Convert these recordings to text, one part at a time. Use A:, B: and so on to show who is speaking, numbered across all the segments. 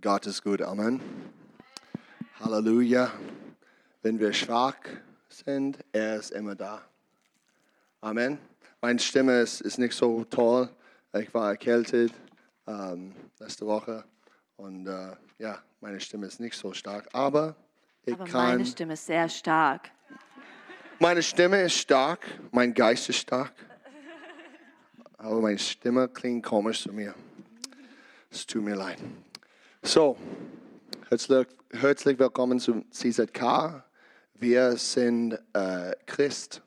A: Gott ist gut, Amen. Halleluja. Wenn wir schwach sind, er ist immer da. Amen. Meine Stimme ist, ist nicht so toll. Ich war erkältet ähm, letzte Woche und äh, ja, meine Stimme ist nicht so stark, aber ich
B: Aber
A: kann.
B: meine Stimme ist sehr stark.
A: Meine Stimme ist stark, mein Geist ist stark, aber meine Stimme klingt komisch zu mir. Es tut mir leid. So, herzlich, herzlich willkommen zum CZK. Wir sind äh, Christ.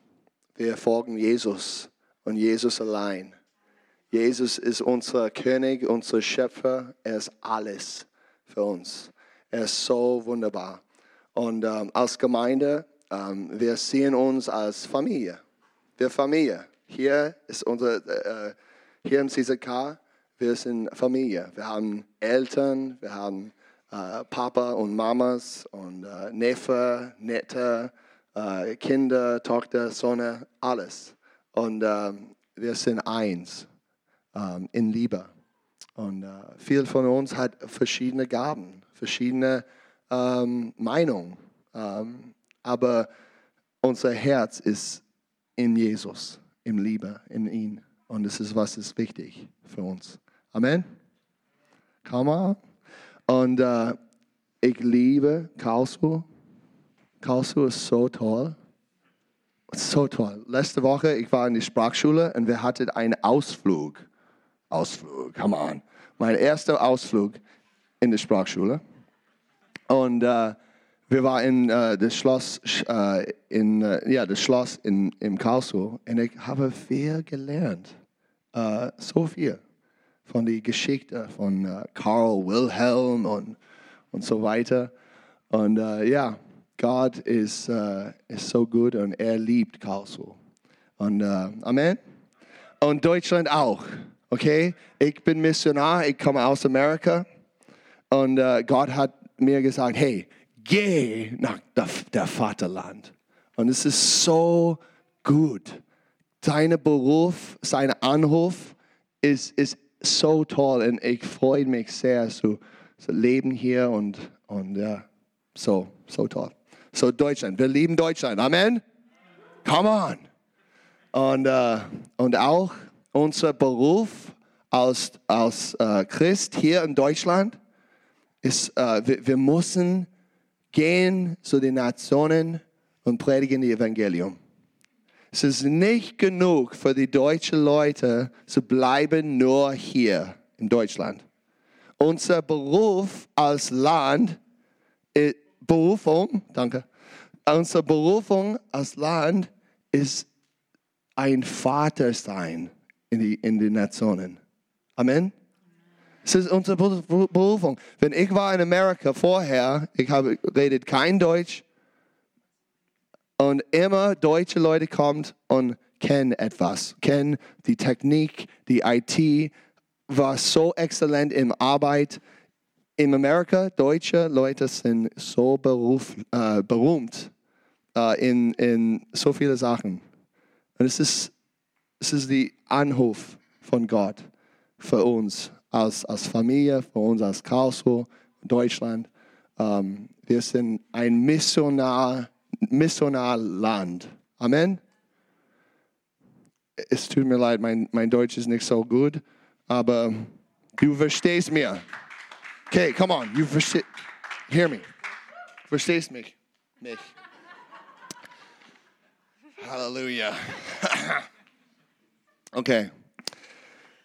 A: Wir folgen Jesus und Jesus allein. Jesus ist unser König, unser Schöpfer. Er ist alles für uns. Er ist so wunderbar. Und ähm, als Gemeinde, ähm, wir sehen uns als Familie. Wir Familie. Hier ist unser, äh, äh, hier im CZK, wir sind Familie. Wir haben Eltern, wir haben äh, Papa und Mamas und äh, Neffe, Nette, äh, Kinder, Tochter, Sonne, alles. Und ähm, wir sind eins ähm, in Liebe. Und äh, viel von uns hat verschiedene Gaben, verschiedene ähm, Meinungen. Ähm, aber unser Herz ist in Jesus, im Liebe, in ihn. Und das ist, was ist wichtig für uns. Amen. Come on. Und äh, ich liebe Karlsruhe. Karlsruhe ist so toll. So toll. Letzte Woche, ich war in der Sprachschule und wir hatten einen Ausflug. Ausflug, come on. Mein erster Ausflug in der Sprachschule. Und äh, wir waren in äh, das Schloss, sch- äh, in, äh, ja, das Schloss in, in Karlsruhe und ich habe viel gelernt. Äh, so viel von der Geschichte von äh, Karl Wilhelm und, und so weiter. Und äh, ja, Gott ist, äh, ist so gut und er liebt Karlsruhe. Und äh, Amen und Deutschland auch. Okay, ich bin Missionar, ich komme aus Amerika und äh, Gott hat mir gesagt, hey, geh nach der, der Vaterland. Und es ist so gut. Sein Beruf, sein Anruf ist, ist so toll und ich freue mich sehr zu, zu leben hier und, und ja, so, so toll. So Deutschland, wir lieben Deutschland, Amen? Come on! Und, äh, und auch unser Beruf als, als äh, Christ hier in Deutschland ist, äh, wir, wir müssen gehen zu den Nationen und predigen das Evangelium. Es ist nicht genug für die deutschen Leute zu bleiben nur hier in Deutschland. Unser Beruf als Land äh, Berufung, danke. Unsere Berufung als Land ist ein Vater sein in die, in die Nationen. Amen. Es ist unsere Beru- Beru- Berufung. Wenn ich war in Amerika vorher, ich habe redet kein Deutsch und immer deutsche Leute kommt und kennen etwas, kennen die Technik, die IT, war so exzellent im Arbeit. In Amerika, deutsche Leute sind so beruf, äh, berühmt äh, in, in so viele Sachen. Und es ist, es ist die Anruf von Gott für uns als, als Familie, für uns als Karlsruhe, Deutschland. Ähm, wir sind ein Missionar, Missionarland. Amen. Es tut mir leid, mein, mein Deutsch ist nicht so gut, aber du verstehst mir. Okay, come on, you verste hear me. Verstehst mich? Mich. Hallelujah. okay.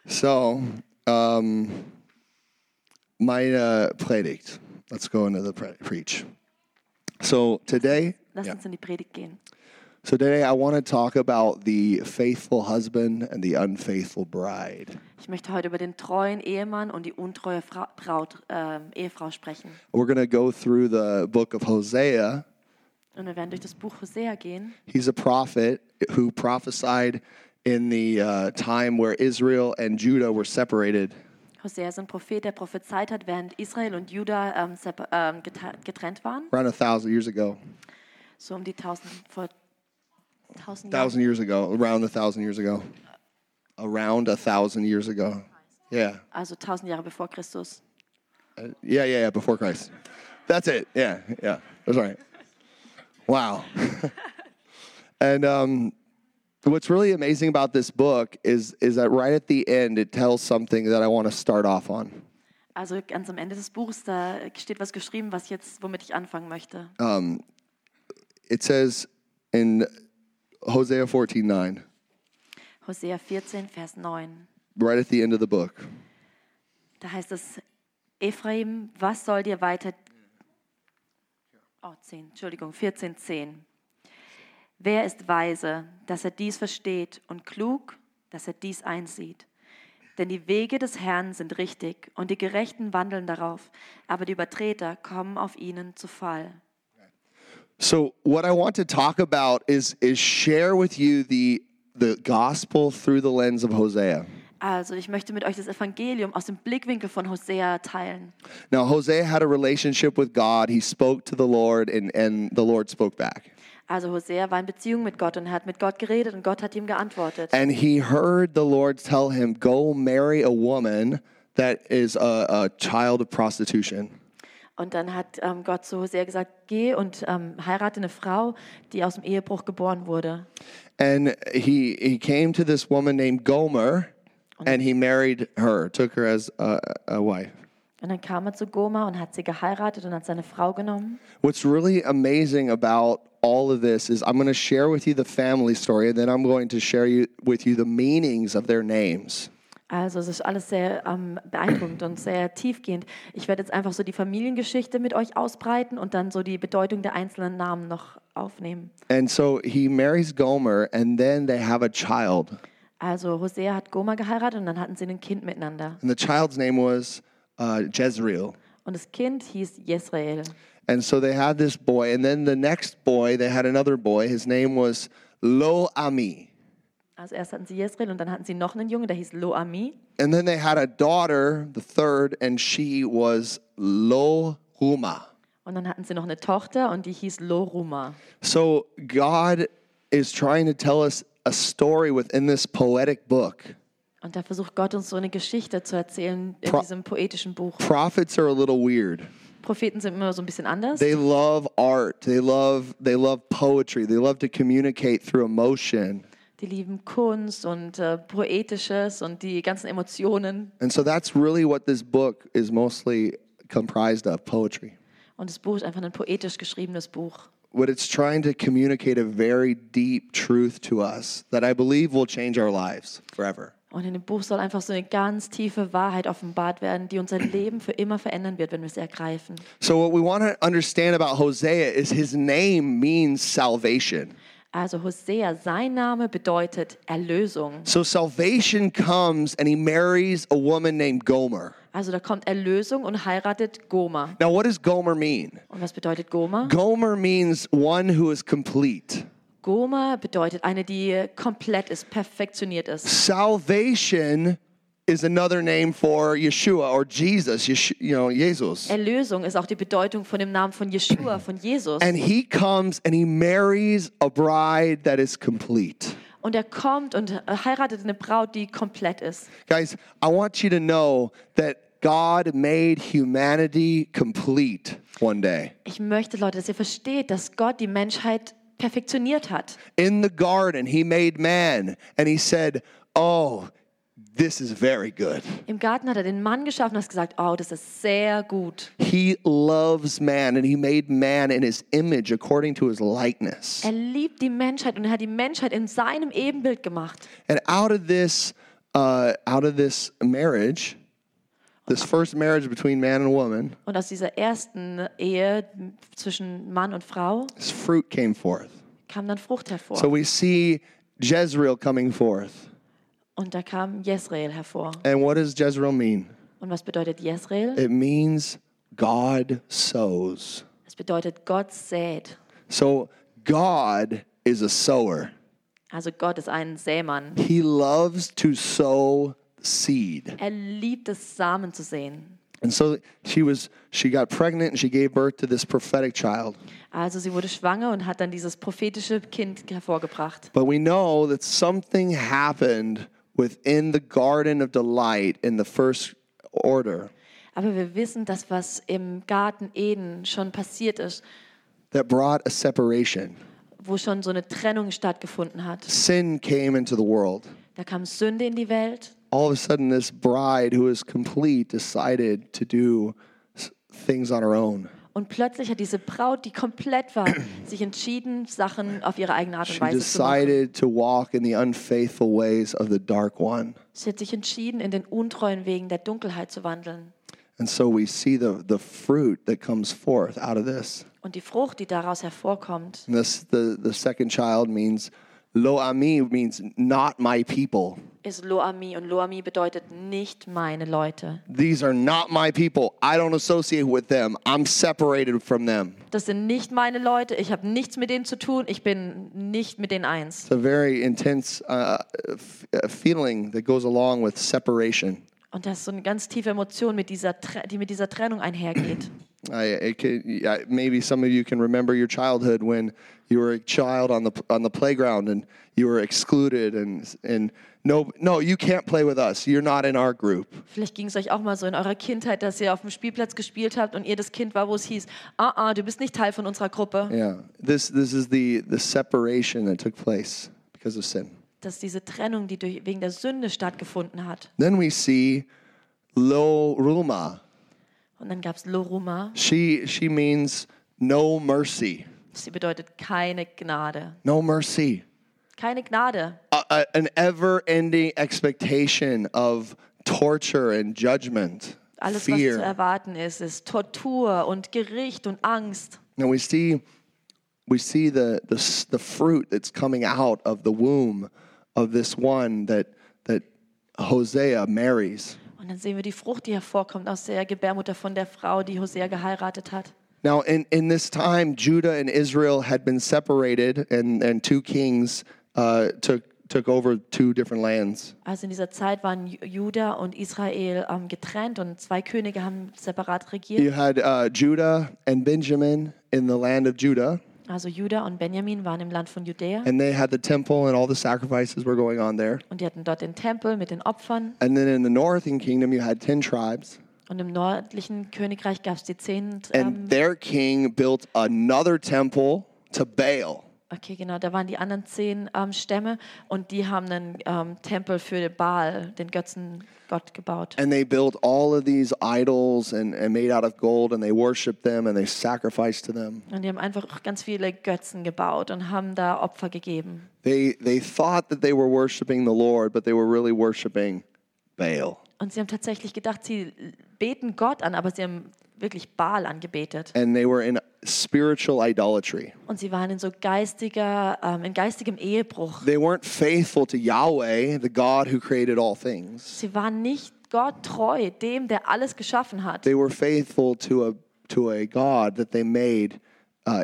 A: So, um, meine Predigt. Let's go into the pre- preach. So today,
B: Lass
A: Yeah.
B: uns in die Predigt gehen.
A: so today I want to talk about the faithful husband and the unfaithful bride.
B: Ich möchte heute über den treuen Ehemann und die untreue Fra Braut, ähm, Ehefrau sprechen.
A: We're going to go through the book of Hosea.
B: Und wir werden durch das Buch Hosea gehen.
A: He's a prophet who prophesied in the uh, time where Israel and Judah were separated
B: Hosea ist ein Prophet, der prophezeit hat, während Israel und Juda ähm, separ- ähm, geta- getrennt waren.
A: around a thousand years ago.
B: So um die 1000 vor 1000 Jahren.
A: thousand years ago, around a thousand years ago, around a thousand years ago. Yeah,
B: Also 1000 Jahre bevor Christus.
A: Uh, yeah, yeah, yeah, before Christ. That's it. Yeah, yeah. That's all right. Wow. and um, what's really amazing about this book is is that right at the end it tells something that I want to start off on.
B: Also ganz am Ende des Buches, da steht was geschrieben, was jetzt, womit ich anfangen möchte.
A: It says in Hosea 14:9,
B: Hosea 14, Vers 9.
A: right at the end of the book.
B: Da heißt es, Ephraim, was soll dir weiter... Oh, 10, Entschuldigung, 14, 10. Wer ist weise, dass er dies versteht und klug, dass er dies einsieht? Denn die Wege des Herrn sind richtig und die Gerechten wandeln darauf, aber die Übertreter kommen auf ihnen zu Fall.
A: So what I want to talk about is is share with you the the gospel through the lens of Hosea.
B: Also, ich möchte mit euch das Evangelium aus dem Blickwinkel von Hosea teilen.
A: Now Hosea had a relationship with God. He spoke to the Lord and and the Lord spoke back.
B: Also, Hosea war in Beziehung mit Gott und er hat mit Gott geredet und Gott hat ihm geantwortet.
A: And he heard the Lord tell him, "Go marry a woman that is a, a child of prostitution."
B: Und dann hat ähm, Gott zu Hosea gesagt: Geh und ähm, heirate eine Frau, die aus dem Ehebruch geboren wurde.
A: And he he came to this woman named Gomer, and he married her, took her as a, a wife.
B: Und dann kam er zu Goma und hat sie geheiratet und hat seine Frau genommen.
A: What's really amazing about all of this is I'm going to share with you the family story, and then I'm going to share you, with you the meanings of their names.
B: Also, es ist alles sehr ähm, beeindruckend und sehr tiefgehend. Ich werde jetzt einfach so die Familiengeschichte mit euch ausbreiten und dann so die Bedeutung der einzelnen Namen noch aufnehmen.
A: And so he marries Gomer, and then they have a child,
B: Also Hosea hat Goma geheiratet und dann hatten sie ein Kind miteinander.
A: and the child's name was uh, Jezreel.
B: Und das Kind hieß Jesrael.
A: And so they had this boy, and then the next boy, they had another boy. His name was Lo Ami.
B: Also erst hatten sie Jesrael und dann hatten sie noch einen Jungen, der hieß Loami.
A: And then they had a daughter, the third, and she was Lo Huma.
B: Und dann hatten sie noch eine Tochter und die hieß Loruma.
A: So God is trying to tell us a story within this poetic book.
B: Und da versucht Gott uns so eine Geschichte zu erzählen in
A: Pro-
B: diesem poetischen Buch.
A: Prophets are a little weird.
B: Propheten sind immer so ein bisschen anders.
A: They love art. They love they love poetry. They love to communicate through emotion.
B: Die lieben Kunst und äh, Poetisches und die ganzen Emotionen.
A: And so that's really what this book is mostly comprised of, poetry.
B: Und das Buch ist einfach ein poetisch geschriebenes Buch.
A: What it's trying to communicate a very deep truth to us that I believe will change our lives forever.
B: Und in dem Buch soll einfach so eine ganz tiefe Wahrheit offenbart werden, die unser Leben für immer verändern wird, wenn wir es ergreifen.
A: So what we want to understand about Hosea is his name means salvation.
B: Also Hosea, sein Name bedeutet Erlösung.
A: So salvation comes and he marries a woman named Gomer.
B: Also da kommt Erlösung und heiratet Goma.
A: Now, what does Gomer mean?
B: Und was bedeutet Goma?
A: Gomer means one who is complete.
B: Goma bedeutet eine, die komplett ist, perfektioniert ist.
A: Salvation is another name for Yeshua or Jesus, Yesh- you know, Jesus.
B: Erlösung ist auch die Bedeutung von dem Namen von Jeshua, von Jesus.
A: And he comes and he marries a bride that is complete.
B: Und er kommt und äh, heiratet eine Braut, die komplett ist.
A: Guys, I want you to know that God made humanity complete one day.
B: Ich möchte, Leute, dass ihr versteht, dass Gott die Menschheit perfektioniert hat.
A: in the garden, he made man and he said, Oh, this is very good.
B: Im Garten hat er den Mann geschaffen und hat gesagt, oh, das ist sehr gut.
A: He loves man and he made man in his image according to his likeness.
B: Er liebt die Menschheit und er hat die Menschheit in seinem Ebenbild gemacht.
A: And out of this, uh, out of this marriage, this first marriage between man and woman,
B: Und aus dieser ersten Ehe zwischen Mann und Frau
A: this fruit came forth.
B: kam dann Frucht hervor.
A: So we see Jezreel coming forth.
B: und da kam Jezreel hervor.
A: And what does Jezreel mean?
B: Und was bedeutet Jezreel?
A: It means God sows.
B: Es bedeutet Gott sät.
A: So God is a sower.
B: Also Gott ist ein Sämann.
A: He loves to sow seed.
B: Er liebt es, Samen zu säen.
A: And so she was she got pregnant and she gave birth to this prophetic child.
B: Also sie wurde schwanger und hat dann dieses prophetische Kind hervorgebracht.
A: But we know that something happened within the garden of delight in the first order
B: Aber wir wissen, dass was im Garten Eden schon passiert ist,
A: that brought a separation.
B: wo schon so eine Trennung stattgefunden hat.
A: Sin came into the world.
B: Da kam Sünde in die Welt
A: All of a sudden, this bride who is complete decided to do s- things on her own.
B: und plötzlich hat diese Braut, die komplett war, sich entschieden, Sachen auf ihre eigene Art und
A: She
B: Weise zu machen.
A: decided to walk in the unfaithful ways of the dark one.
B: Sie hat sich entschieden, in den untreuen Wegen der Dunkelheit zu wandeln.
A: And so we see the, the fruit that comes forth out of this.
B: Und die Frucht, die daraus hervorkommt,
A: And this the, the second child means lo ami means not my people.
B: ist Loami. Und Loami bedeutet nicht meine Leute.
A: These are not my people. I don't associate with them. I'm separated from them.
B: Das sind nicht meine Leute. Ich habe nichts mit denen zu tun. Ich bin nicht mit denen eins.
A: It's a very intense uh, f- uh, feeling that goes along with separation.
B: Und das ist so eine ganz tiefe Emotion, mit dieser, Tre- die mit dieser Trennung einhergeht.
A: I, it can, I, maybe some of you can remember your childhood when you were a child on the on the playground and you were excluded and and no no you can't play with us. You're not in our group.
B: Vielleicht ging es euch auch mal so in eurer Kindheit, dass ihr auf dem Spielplatz gespielt habt und ihr das Kind war, wo es hieß, ah, ah, du bist nicht Teil von unserer Gruppe.
A: Yeah. This this is the the separation that took place because of sin.
B: Das ist diese Trennung, die durch, wegen der Sünde stattgefunden hat.
A: Then we see Lo Ruma.
B: Und dann gab es Loruma.
A: She she means no mercy.
B: Sie bedeutet keine Gnade.
A: No mercy.
B: Keine Gnade.
A: A, a- an ever-ending expectation of torture and judgment.
B: Alles, was
A: fear.
B: zu erwarten ist, ist Tortur und Gericht und Angst.
A: Now we see, we see the, the s- the fruit that's coming out of the womb of this one that that Hosea marries.
B: Und dann sehen wir die Frucht, die hervorkommt aus der Gebärmutter von der Frau, die Hosea geheiratet hat.
A: Now in in this time, Judah and Israel had been separated, and and two kings uh, took took over two different lands.
B: Also in dieser Zeit waren Ju- Juda und Israel ähm, getrennt und zwei Könige haben separat regiert.
A: You had uh, Judah and Benjamin in the land of Judah,
B: Also Juda und Benjamin waren im Land von Judäa
A: and they had the temple, and all the sacrifices were going on there.
B: und die hatten dort den Tempel mit den Opfern.
A: And then in the northern kingdom, you had ten tribes.
B: Und im nördlichen Königreich gab es die zehn.
A: and
B: Ähm,
A: their king built another temple to Baal.
B: okay, genau, da waren die anderen zehn ähm, Stämme und die haben einen ähm, Tempel für Baal, den Götzengott, gebaut.
A: And they built all of these idols and, and made out of gold, and they worshiped them and they sacrificed to them.
B: Und die haben einfach ganz viele Götzen gebaut und haben da Opfer gegeben.
A: They, they thought that they were worshiping the Lord, but they were really worshiping Baal.
B: Und sie haben tatsächlich gedacht, sie beten Gott an, aber sie haben wirklich Baal angebetet.
A: And they were in spiritual idolatry.
B: Und sie waren in so geistiger, ähm, in geistigem Ehebruch.
A: They weren't faithful to Yahweh, the God who created all things.
B: Sie waren nicht Gott treu, dem, der alles geschaffen hat.
A: They were faithful to a, to a God that they made uh,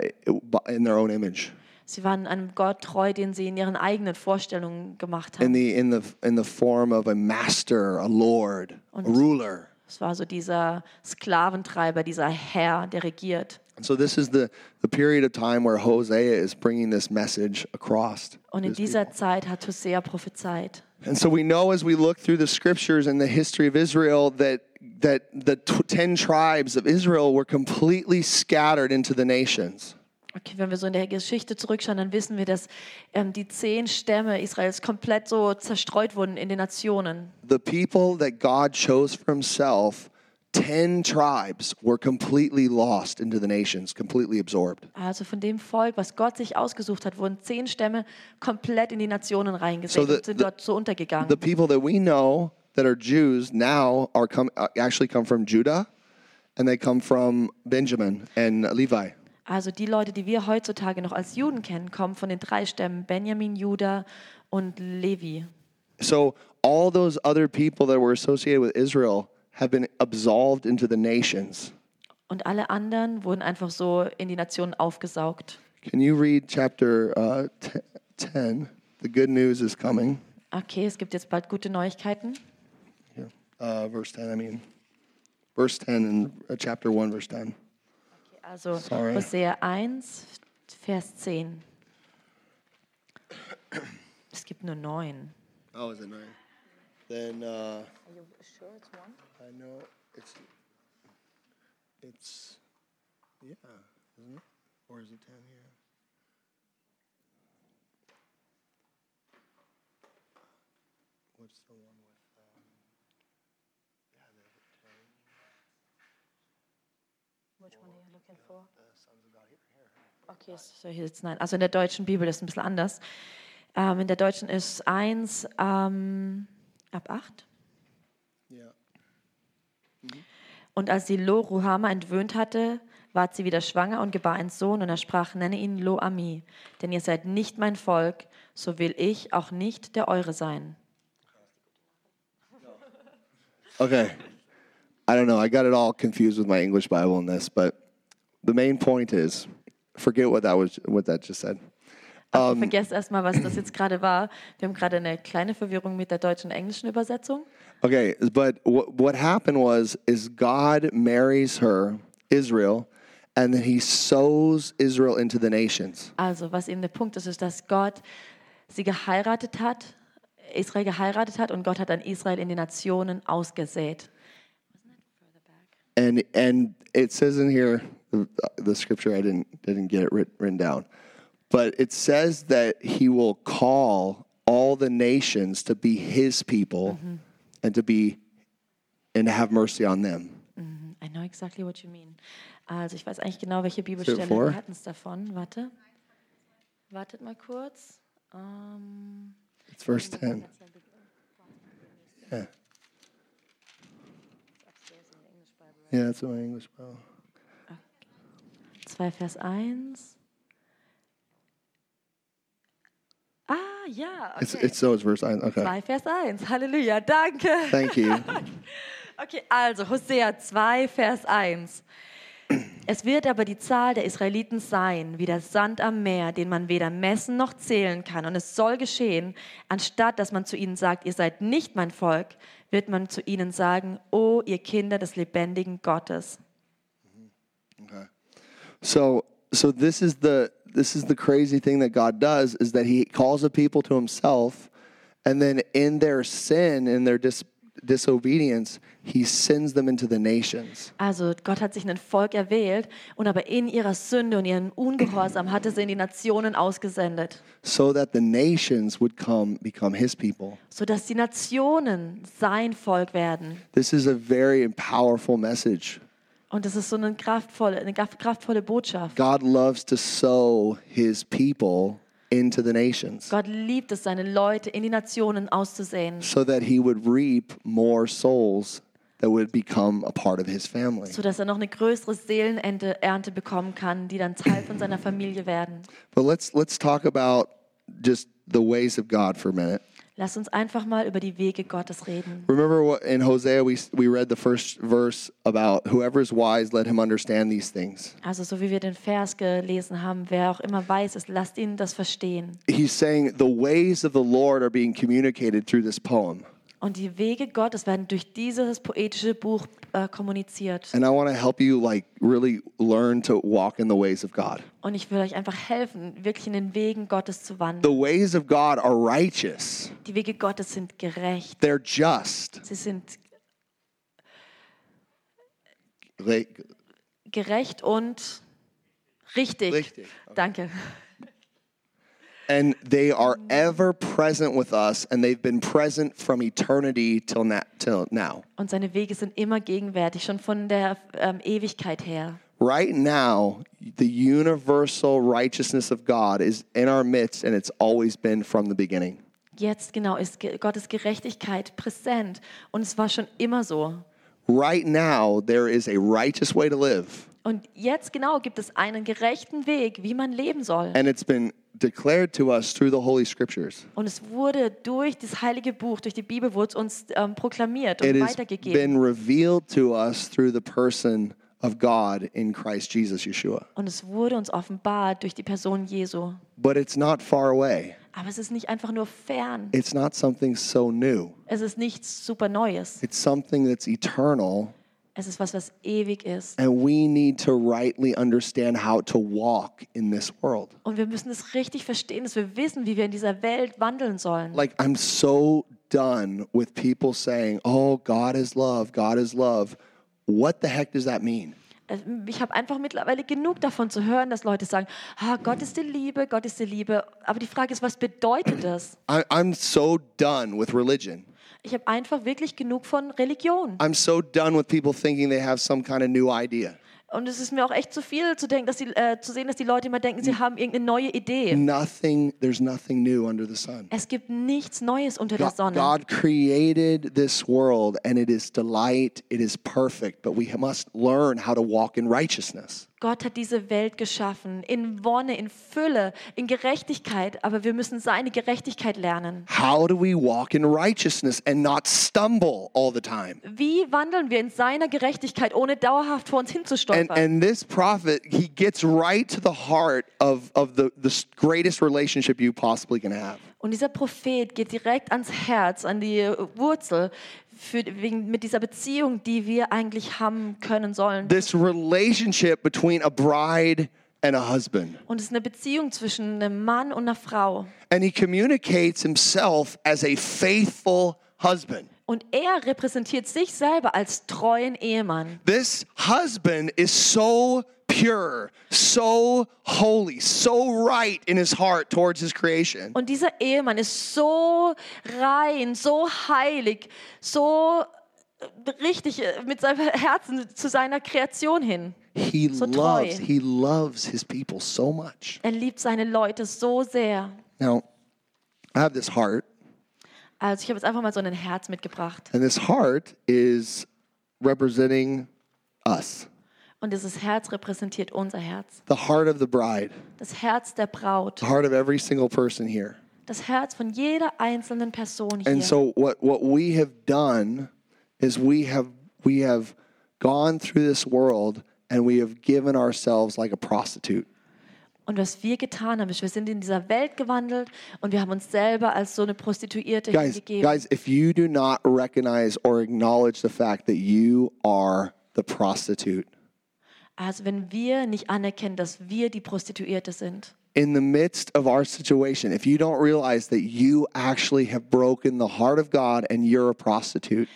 A: in their own image.
B: Sie waren einem Gott treu, den sie in ihren eigenen Vorstellungen gemacht
A: in
B: haben.
A: the in the in the form of a master, a lord, a ruler.
B: Es war so dieser Sklaventreiber, dieser Herr, der regiert.
A: And so this is the the period of time where Hosea is bringing this message across.
B: Und in dieser Zeit hat Hosea prophezeit.
A: And so we know as we look through the scriptures and the history of Israel that that the t- 10 tribes of Israel were completely scattered into the nations.
B: Okay, wenn wir so in der Geschichte zurückschauen, dann wissen wir, dass ähm, die zehn Stämme Israels komplett so zerstreut wurden in den Nationen.
A: The people that God chose for himself, 10 tribes were completely lost into the nations, completely absorbed.
B: Also von dem Volk, was Gott sich ausgesucht hat, wurden zehn Stämme komplett in die Nationen reingesät
A: So the-
B: und sind
A: the-
B: dort so untergegangen.
A: the people that we know that are Jews now are come uh, actually come from Judah, and they come from Benjamin and Levi.
B: also die Leute, die wir heutzutage noch als Juden kennen, kommen von den drei Stämmen Benjamin, Juda und Levi.
A: So all those other people that were associated with Israel have been absolved into the nations.
B: Und alle anderen wurden einfach so in die Nationen aufgesaugt.
A: Can you read chapter uh, t- ten? The good news is coming.
B: Okay, es gibt jetzt bald gute Neuigkeiten.
A: Here, uh, verse ten. I mean, verse ten in uh, chapter one, verse ten.
B: Also
A: Sorry.
B: Hosea 1, Vers 10. Es gibt nur neun.
A: Oh, is it nine? Then. Uh, I know it's It's, yeah, isn't it? Or is it down here? What's the one with, um, yeah, the,
C: Which one are you looking for?
A: Uh, the sons of God here, here.
C: Okay, s-
B: Soll ich jetzt nein? Also in der deutschen Bibel ist es ein bisschen anders. Ähm, in der deutschen ist 1 ähm, ab 8.
A: Yeah.
B: Und als sie Lo Ruhama entwöhnt hatte, ward sie wieder schwanger und gebar einen Sohn. Und er sprach, nenne ihn Lo Ami, denn ihr seid nicht mein Volk, so will ich auch nicht der eure sein.
A: Okay. I don't know. I got it all confused with my English Bible in this, but the main point is forget what that was what that just said.
B: Aber Vergesst erstmal, was das jetzt gerade war. Wir haben gerade eine kleine Verwirrung mit der deutschen und englischen Übersetzung.
A: Okay, but what what happened was is God marries her, Israel, and then he sows Israel into the nations.
B: Also, was eben der Punkt ist, ist, dass Gott sie geheiratet hat, Israel geheiratet hat und Gott hat dann Israel in die Nationen ausgesät.
A: And and it says in here the, the scripture I didn't didn't get it writ, written down. But it says that he will call all the nations to be his people and to be and to have mercy on them.
B: I know exactly what you mean. Also, ich weiß eigentlich genau, welche
A: Is
B: Bibelstelle
A: it four?
B: wir hatten es davon. Warte. Wartet mal kurz. Ähm,
A: It's verse 10. Yeah. Yeah, that's in my English Bible.
B: 2 Vers 1. Ah, ja,
A: It's,
B: okay.
A: it's so it's verse 9. Okay.
B: 2 Vers 1. Halleluja, danke.
A: Thank you.
B: Okay, also Hosea 2, Vers 1. Es wird aber die Zahl der Israeliten sein, wie der Sand am Meer, den man weder messen noch zählen kann. Und es soll geschehen, anstatt dass man zu ihnen sagt, ihr seid nicht mein Volk, wird man zu ihnen sagen, o ihr Kinder des lebendigen Gottes.
A: So so this is the this is the crazy thing that God does is that he calls a people to himself and then in their sin in their dis, disobedience he sends them into the nations.
B: Also Gott hat sich ein Volk erwählt und aber in ihrer Sünde und ihrem Ungehorsam hatte sie in die Nationen ausgesendet,
A: so that the nations would come become his people.
B: sodass die Nationen sein Volk werden.
A: This is a very powerful message.
B: Und das ist so eine kraftvolle, eine kraftvolle Botschaft.
A: God loves to sow his people into the nations
B: Gott liebt es, seine Leute in die Nationen auszusehen,
A: so that he would reap more souls that would become a part of his family.
B: sodass er noch eine größere Seelenernte Ernte bekommen kann, die dann Teil von seiner Familie werden.
A: But let's let's talk about just the ways of God for a minute.
B: Lass uns einfach mal über die Wege Gottes reden.
A: Remember what in Hosea we we read the first verse about whoever is wise let him understand these things.
B: Also so wie wir den Vers gelesen haben, wer auch immer weiß ist, lasst ihn das verstehen.
A: He's saying the ways of the Lord are being communicated through this poem.
B: Und die Wege Gottes werden durch dieses poetische Buch äh, kommuniziert.
A: And I want to help you like really learn to walk in the ways of God.
B: Und ich will euch einfach helfen, wirklich in den Wegen Gottes zu wandeln.
A: The ways of God are righteous.
B: Die Wege Gottes sind gerecht.
A: They're just.
B: Sie sind
A: Like,
B: gerecht und richtig.
A: Richtig,
B: Danke.
A: and they are ever present with us and they've been present from eternity till na- till now.
B: Und seine Wege sind immer gegenwärtig, schon von der ähm, Ewigkeit her.
A: Right now, the universal righteousness of God is in our midst and it's always been from the beginning.
B: Jetzt genau ist Ge Gottes Gerechtigkeit präsent. Und es war schon immer so.
A: Right now, there is a righteous way to live
B: Und jetzt genau gibt es einen gerechten Weg, wie man leben soll.
A: and it's been declared to us through the holy scriptures.
B: Und es wurde durch das heilige Buch, durch die Bibel, wurde es uns ähm, proklamiert
A: it
B: und
A: has
B: weitergegeben.
A: been revealed to us through the person of God in Christ Jesus Yeshua.
B: Und es wurde uns offenbart durch die Person Jesu.
A: But it's not far away.
B: Aber es ist nicht einfach nur fern.
A: It's not something so new.
B: Es ist nichts super Neues.
A: It's something that's eternal,
B: Es ist was, was ewig ist.
A: and we need to rightly understand how to walk in this world.
B: Und wir müssen es richtig verstehen, dass wir wissen, wie wir in dieser Welt wandeln sollen.
A: Like, I'm so done with people saying, Oh, God is love, God is love. What the heck does that mean?
B: äh, ich habe einfach mittlerweile genug davon zu hören, dass Leute sagen, ah, Gott ist die Liebe, Gott ist die Liebe. Aber die Frage ist, was bedeutet das?
A: I, I'm so done with religion.
B: Ich habe einfach wirklich genug von Religion.
A: I'm so done with people thinking they have some kind of new idea.
B: Und es ist mir auch echt zu viel zu denken, dass die, äh, zu sehen, dass die Leute immer denken, sie haben irgendeine neue Idee.
A: Nothing, there's nothing new under the sun.
B: Es gibt nichts Neues unter der
A: God,
B: Sonne.
A: God created this world and it is delight, it is perfect, but we must learn how to walk in righteousness.
B: Gott hat diese Welt geschaffen, in Wonne, in Fülle, in Gerechtigkeit, aber wir müssen seine Gerechtigkeit lernen.
A: How do we walk in righteousness and not stumble all the time?
B: Wie wandeln wir in seiner Gerechtigkeit, ohne dauerhaft vor uns
A: And,
B: hinzustolpern?
A: and this prophet, he gets right to the heart of, of the, the s- greatest relationship you possibly can have.
B: Und dieser Prophet geht direkt ans Herz, an die Wurzel, für, wegen, mit dieser Beziehung, die wir eigentlich haben können sollen.
A: This relationship between a bride and a husband.
B: Und es ist eine Beziehung zwischen einem Mann und einer Frau.
A: And he communicates himself as a faithful husband.
B: Und er repräsentiert sich selber als treuen Ehemann.
A: This husband is so pure, so holy, so right in his heart towards his creation.
B: Und dieser Ehemann ist so rein, so heilig, so äh, richtig äh, mit seinem Herzen zu seiner Kreation hin.
A: He
B: So treu.
A: loves he loves his people so much.
B: Er liebt seine Leute so sehr.
A: Now, I have this heart,
B: Also ich habe jetzt einfach mal so ein Herz mitgebracht.
A: and this heart is representing us.
B: Und dieses Herz repräsentiert unser Herz.
A: The heart of the bride,
B: Das Herz der Braut.
A: the heart of every single person here.
B: Das Herz von jeder einzelnen Person hier.
A: And so what what we have done is we have we have gone through this world and we have given ourselves like a prostitute.
B: Und was wir getan haben, ist, wir sind in dieser Welt gewandelt und wir haben uns selber als so eine Prostituierte
A: Guys,
B: hingegeben.
A: guys, if you do not recognize or acknowledge the fact that you are the prostitute
B: Also wenn wir nicht anerkennen, dass wir die Prostituierte sind.
A: in the midst of our situation, if you don't realize that you actually have broken the heart of God and you're a prostitute,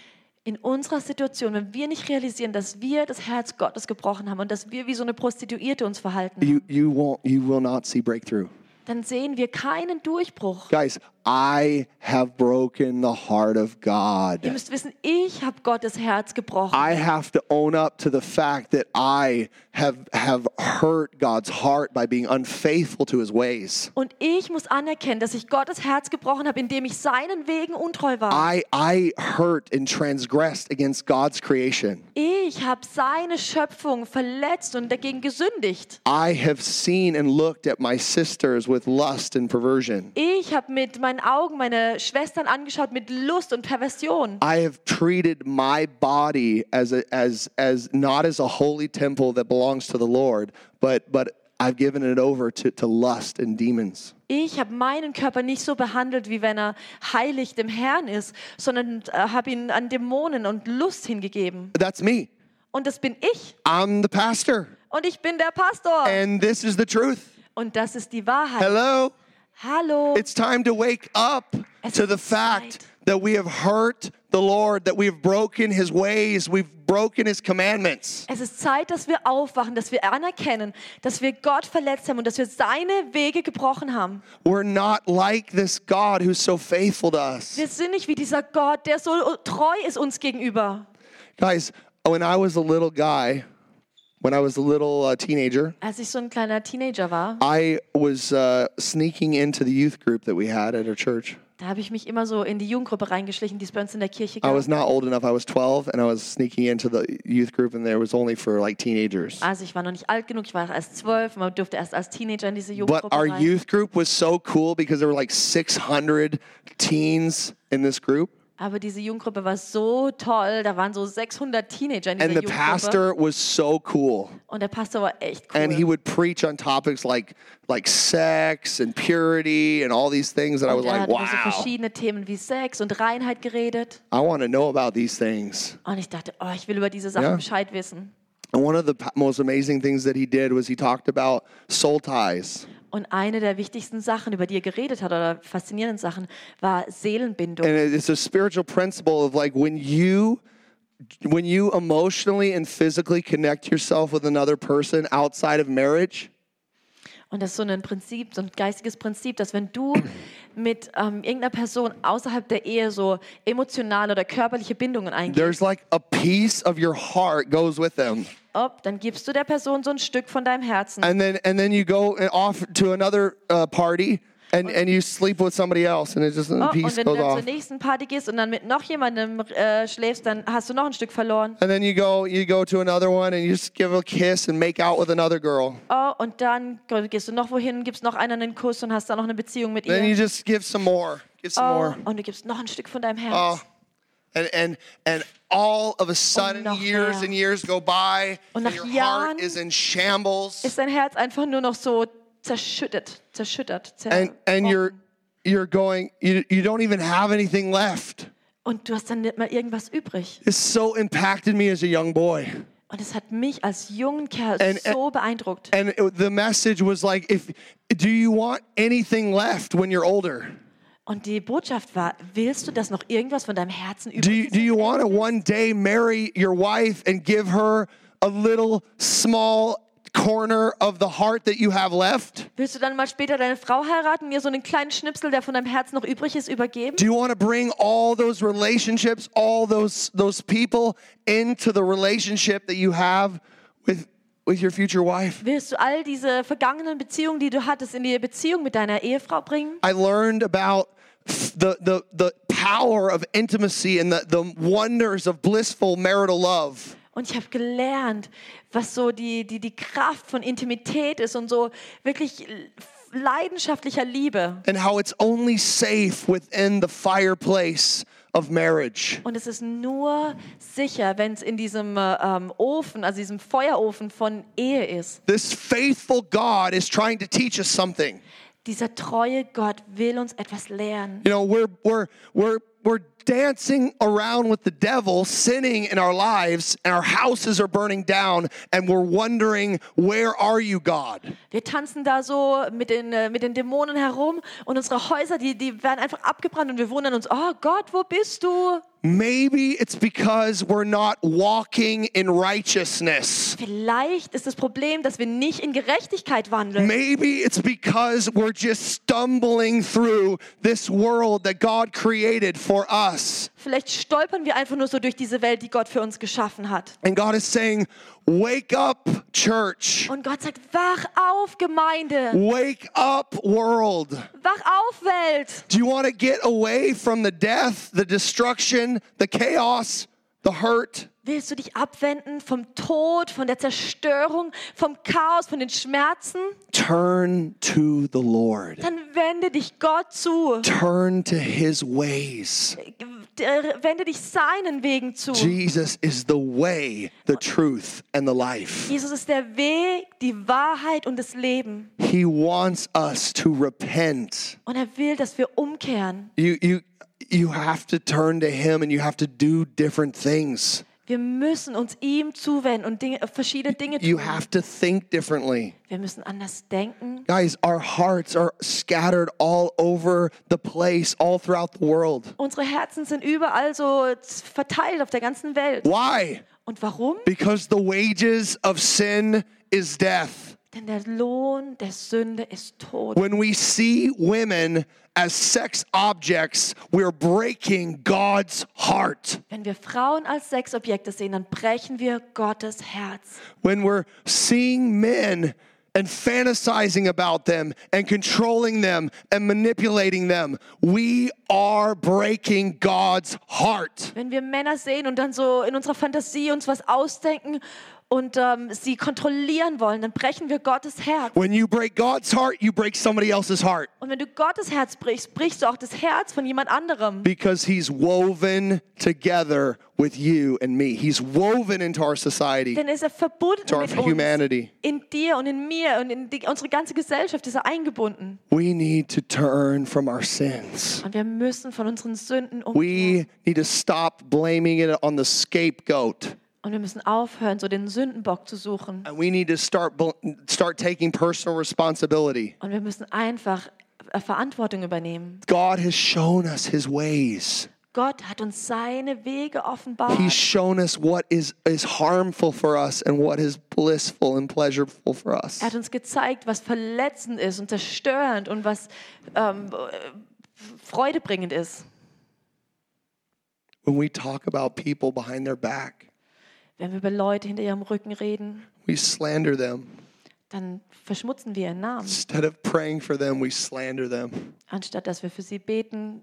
B: In unserer Situation, wenn wir nicht realisieren, dass wir das Herz Gottes gebrochen haben und dass wir wie so eine Prostituierte uns verhalten,
A: you you won't you will not see breakthrough.
B: dann sehen wir keinen Durchbruch.
A: Guys, I have broken the heart of God.
B: Ihr müsst wissen, ich habe Gottes Herz gebrochen.
A: I have to own up to the fact that I have have hurt God's heart by being unfaithful to his ways.
B: Und ich muss anerkennen, dass ich Gottes Herz gebrochen habe, indem ich seinen Wegen untreu war.
A: I I hurt and transgressed against God's creation.
B: Ich habe seine Schöpfung verletzt und dagegen gesündigt.
A: I have seen and looked at my sisters with lust and perversion.
B: Ich habe mit meinen Augen meine Schwestern angeschaut mit Lust und Perversion.
A: I have treated my body as a, as as not as a holy temple that belongs to the Lord, but but I've given it over to, to lust and demons.
B: Ich habe meinen Körper nicht so behandelt, wie wenn er heilig dem Herrn ist, sondern äh, habe ihn an Dämonen und Lust hingegeben.
A: That's me.
B: Und das bin ich.
A: I'm the pastor.
B: Und ich bin der Pastor.
A: And this is the truth.
B: Und das ist die Wahrheit.
A: Hello?
B: Hallo.
A: It's time to wake up
B: Es
A: to the
B: ist
A: fact
B: Zeit.
A: that we have hurt the Lord, that we've broken his ways, we've broken his commandments.
B: Es ist Zeit, dass wir aufwachen, dass wir anerkennen, dass wir Gott verletzt haben und dass wir seine Wege gebrochen haben.
A: We're not like this God who's so faithful to us.
B: Wir sind nicht wie dieser Gott, der so treu ist uns gegenüber.
A: Guys, when I was a little guy, when I was a little uh, teenager,
B: Als ich so ein kleiner Teenager war,
A: I was uh, sneaking into the youth group that we had at our church.
B: da habe ich mich immer so in die Jugendgruppe reingeschlichen, die es bei uns in der Kirche
A: I
B: gab.
A: was not old enough. I was 12 and I was sneaking into the youth group, and there was only for like teenagers.
B: Also ich war noch nicht alt genug, ich war erst zwölf, man durfte erst als Teenager in diese
A: But
B: Jugendgruppe
A: our
B: rein.
A: youth group was so cool because there were like 600 teens in this group.
B: Aber diese Jugendgruppe war so toll, da waren so 600 Teenager in dieser
A: And the
B: Jugendgruppe.
A: pastor was so cool.
B: und der Pastor war echt cool.
A: And he would preach on topics like like sex and purity and all these things that I was
B: und er
A: like,
B: hat über so
A: wow,
B: verschiedene Themen wie Sex und Reinheit geredet.
A: I want to know about these things.
B: Und ich dachte, oh, ich will über diese Sachen
A: Ja.
B: Bescheid wissen.
A: And one of the p- most amazing things that he did was he talked about soul ties.
B: Und eine der wichtigsten Sachen, über die er geredet hat, oder
A: Äh.
B: faszinierenden Sachen, war Seelenbindung.
A: And it- it's a spiritual principle of like when you when you emotionally and physically connect yourself with another person outside of marriage,
B: Und das ist so ein Prinzip, so ein geistiges Prinzip, dass wenn du mit ähm, irgendeiner Person außerhalb der Ehe so emotionale oder körperliche Bindungen eingehst,
A: there's like a piece of your heart goes with them.
B: ob, dann gibst du der Person so ein Stück von deinem Herzen.
A: And then and then you go off to another uh, party and, and you sleep with somebody else and it just a
B: Oh, und
A: piece
B: wenn du
A: goes
B: dann zur
A: off.
B: nächsten Party gehst und dann mit noch jemandem äh, schläfst, dann hast du noch ein Stück verloren.
A: And then you go you go to another one and you just give a kiss and make out with another girl.
B: Oh, und dann gehst du noch wohin, gibst noch einer einen Kuss und hast dann noch eine Beziehung mit
A: Then you
B: ihr.
A: just give some more. Give some
B: Oh,
A: more.
B: und du gibst noch ein Stück von deinem Herz.
A: Oh. And and and all of a sudden
B: noch
A: years
B: mehr.
A: and years go by
B: Und
A: and
B: nach
A: your heart
B: Jahren
A: is in shambles.
B: Ist dein Herz einfach nur noch so zerschüttet, zerschüttert, zer
A: and and you're you're going you, you don't even have anything left
B: und du hast dann nicht mal irgendwas übrig.
A: this so impacted me as a young boy
B: Und es hat mich als jungen Kerl
A: And-
B: so beeindruckt.
A: and it- the message was like if do you want anything left when you're older
B: Und die Botschaft war, willst du, dass noch irgendwas von deinem Herzen
A: do
B: übrig
A: you, do you want to one day marry your wife and give her a little small corner of the heart that you have left
B: Willst du dann mal später deine Frau heiraten, mir so einen kleinen Schnipsel, der von deinem Herz noch übrig ist, übergeben?
A: do you want to bring all those relationships all those those people into the relationship that you have with with your future wife
B: Willst du all diese vergangenen Beziehungen, die du hattest, in die Beziehung mit deiner Ehefrau bringen?
A: I learned about the, the, the power of intimacy and the, the wonders of blissful marital love.
B: Und ich habe gelernt, was so die, die, die Kraft von Intimität ist und so wirklich leidenschaftlicher Liebe.
A: And how it's only safe within the fireplace of marriage.
B: Und es ist nur sicher, wenn es in diesem äh, ähm, Ofen, also diesem Feuerofen von Ehe ist.
A: This faithful God is trying to teach us something.
B: Dieser treue Gott will uns etwas lehren.
A: You know, we're, we're, we're, we're dancing around with the devil, sinning in our lives, and our houses are burning down, and we're wondering, where are you, God?
B: Wir tanzen da so mit den, äh, mit den Dämonen herum und unsere Häuser, die, die werden einfach abgebrannt und wir wundern uns, oh Gott, wo bist du?
A: Maybe it's because we're not walking in righteousness.
B: Vielleicht ist das Problem, dass wir nicht in Gerechtigkeit wandeln.
A: Maybe it's because we're just stumbling through this world that God created for us.
B: Vielleicht stolpern wir einfach nur so durch diese Welt, die Gott für uns geschaffen hat.
A: And God is saying, Wake up, church.
B: Und Gott sagt, wach auf, Gemeinde.
A: Wake up, world.
B: Wach auf, Welt.
A: Do you want to get away from the death, the destruction, the chaos, the hurt?
B: Willst du dich abwenden vom Tod, von der Zerstörung, vom Chaos, von den Schmerzen?
A: Turn to the Lord,
B: Dann wende dich Gott zu.
A: turn to his ways.
B: Wende dich seinen Wegen zu.
A: Jesus is the way, the truth, and the life.
B: Jesus ist der Weg, die Wahrheit und das Leben.
A: He wants us to repent.
B: Und er will, dass wir umkehren.
A: You, you, you have to turn to Him and you have to do different things.
B: Wir müssen uns ihm zuwenden und Dinge, äh, verschiedene Dinge
A: You
B: tun.
A: have to think differently.
B: Wir müssen anders denken.
A: Guys, our hearts are scattered all over the place, all throughout the world.
B: Unsere Herzen sind überall so z- verteilt auf der ganzen Welt.
A: Why?
B: Und warum?
A: Because the wages of sin is death.
B: Denn der Lohn der Sünde ist Tod.
A: When we see women as sex objects, we're breaking God's heart.
B: Wenn wir Frauen als Sexobjekte sehen, dann brechen wir Gottes Herz.
A: when we're seeing men and fantasizing about them and controlling them and manipulating them, we are breaking God's heart.
B: Wenn wir Männer sehen und dann so in unserer Fantasie uns was ausdenken und ähm, sie kontrollieren wollen, dann brechen wir Gottes Herz.
A: When you break God's heart, you break somebody else's heart
B: Und wenn du Gottes Herz brichst, brichst du auch das Herz von jemand anderem.
A: because He's woven together with you and me. He's woven into our society,
B: Denn er ist er
A: to
B: verbunden
A: our
B: mit uns.
A: humanity.
B: In dir und in mir und in die, unsere ganze Gesellschaft ist er eingebunden.
A: We need to turn from our sins.
B: Und wir müssen von unseren Sünden umkehren.
A: We need to stop blaming it on the scapegoat.
B: Und wir müssen aufhören, so den Sündenbock zu suchen.
A: And we need to start bel- start taking personal responsibility.
B: Und wir müssen einfach äh, Verantwortung übernehmen.
A: God has shown us his ways.
B: Gott hat uns seine Wege offenbart.
A: He's shown us what is, is harmful for us and what is blissful and pleasurable for us.
B: Er hat uns gezeigt, was verletzend ist und zerstörend und was ähm, äh, freudebringend ist.
A: When we talk about people behind their back,
B: Wenn wir über Leute hinter ihrem Rücken reden,
A: we slander them.
B: dann verschmutzen wir ihren Namen.
A: Instead of praying for them, we slander them.
B: Anstatt dass wir für sie beten,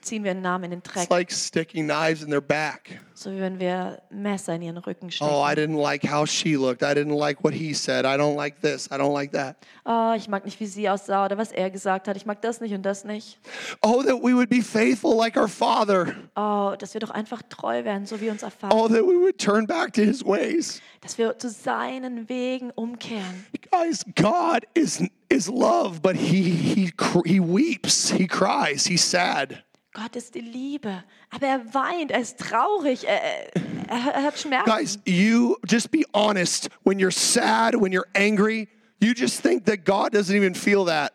B: ziehen wir ihren Namen in den Dreck.
A: It's like sticking knives in their back.
B: So wie wenn wir Messer in ihren Rücken stecken.
A: Oh, I didn't like how she looked. I didn't like what he said. I don't like this. I don't like that.
B: Ah, ich mag nicht, wie sie aussah oder was er gesagt hat. Ich mag das nicht und das nicht.
A: Oh, that we would be faithful like our Father.
B: Oh, dass wir doch einfach treu werden, so wie uns erfahren.
A: Oh, that we would turn back to his ways.
B: Dass wir zu seinen Wegen umkehren.
A: Guys, God is is love, but he he cr- he weeps, he cries, he's sad.
B: Gott ist die Liebe. Aber er weint, er ist traurig, er, er, er er hat Schmerzen.
A: Guys, you just be honest. When you're sad, when you're angry, you just think that God doesn't even feel that.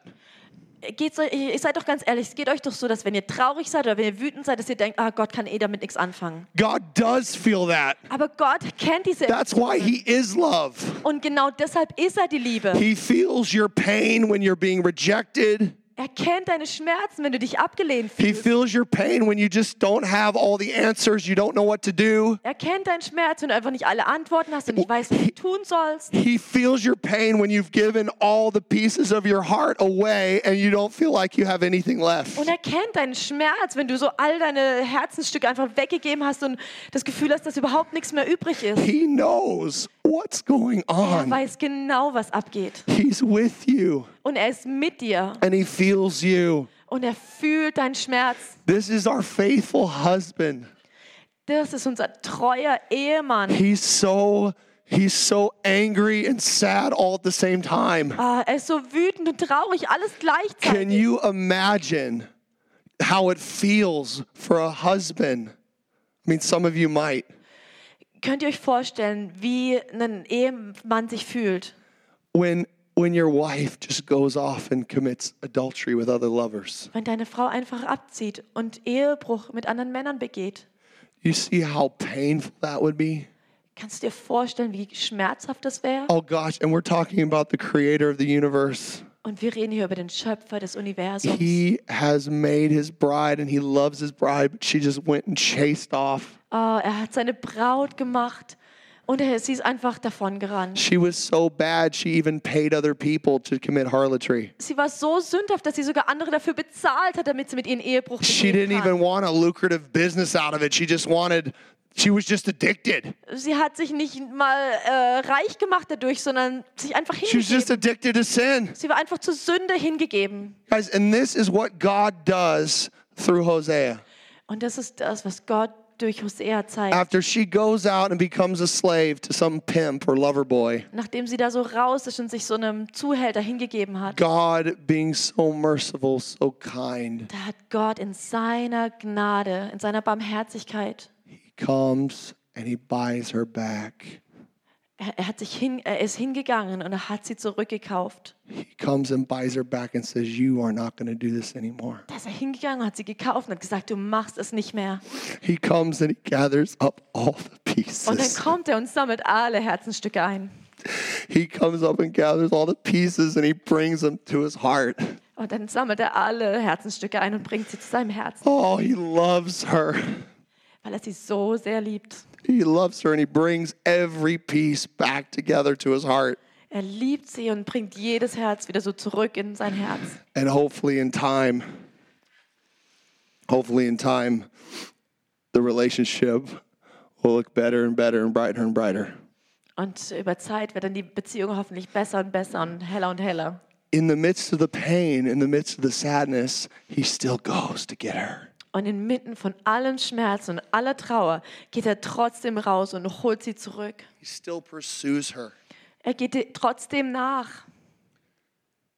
B: Geht's euch, ihr seid doch ganz ehrlich, es geht euch doch so, dass wenn ihr traurig seid oder wenn ihr wütend seid, dass ihr denkt, ah, Gott kann eh damit nichts anfangen.
A: God does feel that.
B: Aber Gott kennt diese
A: That's why he is love.
B: und genau deshalb ist er die Liebe.
A: He feels your pain when you're being rejected.
B: Er kennt deine Schmerzen, wenn du dich abgelehnt
A: He
B: fühlst.
A: feels your pain when you just don't have all the answers, you don't know what to do.
B: Er kennt deinen Schmerz, wenn du einfach nicht alle Antworten hast und nicht weißt, was du tun sollst.
A: He feels your pain when you've given all the pieces of your heart away and you don't feel like you have anything left.
B: Und er kennt deinen Schmerz, wenn du so all deine Herzensstücke einfach weggegeben hast und das Gefühl hast, dass überhaupt nichts mehr übrig ist.
A: He knows what's going
B: Er
A: on.
B: weiß genau, was abgeht.
A: He's with you
B: Und er ist mit dir.
A: and he feels you.
B: Und er fühlt deinen Schmerz.
A: This is our faithful husband.
B: Das ist unser treuer Ehemann.
A: He's so he's so angry and sad all at the same time.
B: Ah, er ist so wütend und traurig, alles
A: Can
B: gleichzeitig.
A: you imagine how it feels for a husband? I mean, some of you might.
B: Könnt ihr euch vorstellen, wie ein Ehemann sich fühlt?
A: When when your wife just goes off and commits adultery with other lovers.
B: Wenn deine Frau einfach abzieht und Ehebruch mit anderen Männern begeht,
A: You see how painful that would be?
B: kannst du dir vorstellen, wie schmerzhaft das wäre?
A: Oh gosh, and we're talking about the creator of the universe.
B: Und wir reden hier über den Schöpfer des Universums.
A: He has made his bride and he loves his bride, but she just went and chased off.
B: Ah, er hat seine Braut gemacht und er, sie ist einfach davon gerannt.
A: She was so bad, she even paid other people to commit harlotry.
B: Sie war so sündhaft, dass sie sogar andere dafür bezahlt hat, damit sie mit ihren Ehebruch
A: She
B: begehen
A: didn't
B: kann.
A: even want a lucrative business out of it. She just wanted, she was just addicted.
B: Sie hat sich nicht mal äh, reich gemacht dadurch, sondern sich einfach
A: She was just
B: hingegeben.
A: addicted to sin.
B: Sie war einfach zur Sünde hingegeben.
A: Guys, and this is what God does through Hosea.
B: Und das ist das, was Gott durch Hosea zeigt.
A: After she goes out and becomes a slave to some pimp or lover boy,
B: Nachdem sie da so raus ist und sich so einem Zuhälter hingegeben hat,
A: God being so merciful, so kind,
B: da hat Gott in seiner Gnade, in seiner Barmherzigkeit,
A: he comes and he buys her back.
B: er, er, hat sich hin, er ist hingegangen und er hat sie zurückgekauft.
A: He comes and buys her back and says, You are not going to do this anymore.
B: Da ist er hingegangen und hat sie gekauft und hat gesagt, du machst es nicht mehr.
A: He comes and he gathers up all the
B: Und dann
A: pieces.
B: kommt er und sammelt alle Herzenstücke ein.
A: He comes up and gathers all the pieces and he brings them to his heart.
B: Und dann sammelt er alle Herzenstücke ein und bringt sie zu seinem Herzen,
A: Oh, he loves her.
B: weil er sie so sehr liebt.
A: He loves her and he brings every piece back together to his heart.
B: Er liebt sie und bringt jedes Herz wieder so zurück in sein Herz.
A: And hopefully, in time, hopefully, in time, the relationship will look better and better and brighter and brighter.
B: Und über Zeit wird dann die Beziehung hoffentlich besser und besser und heller und heller.
A: In the midst of the pain, in the midst of the sadness, he still goes to get her.
B: Und inmitten von allem Schmerz und aller Trauer geht er trotzdem raus und holt sie zurück.
A: He still pursues her.
B: Er geht ihr trotzdem nach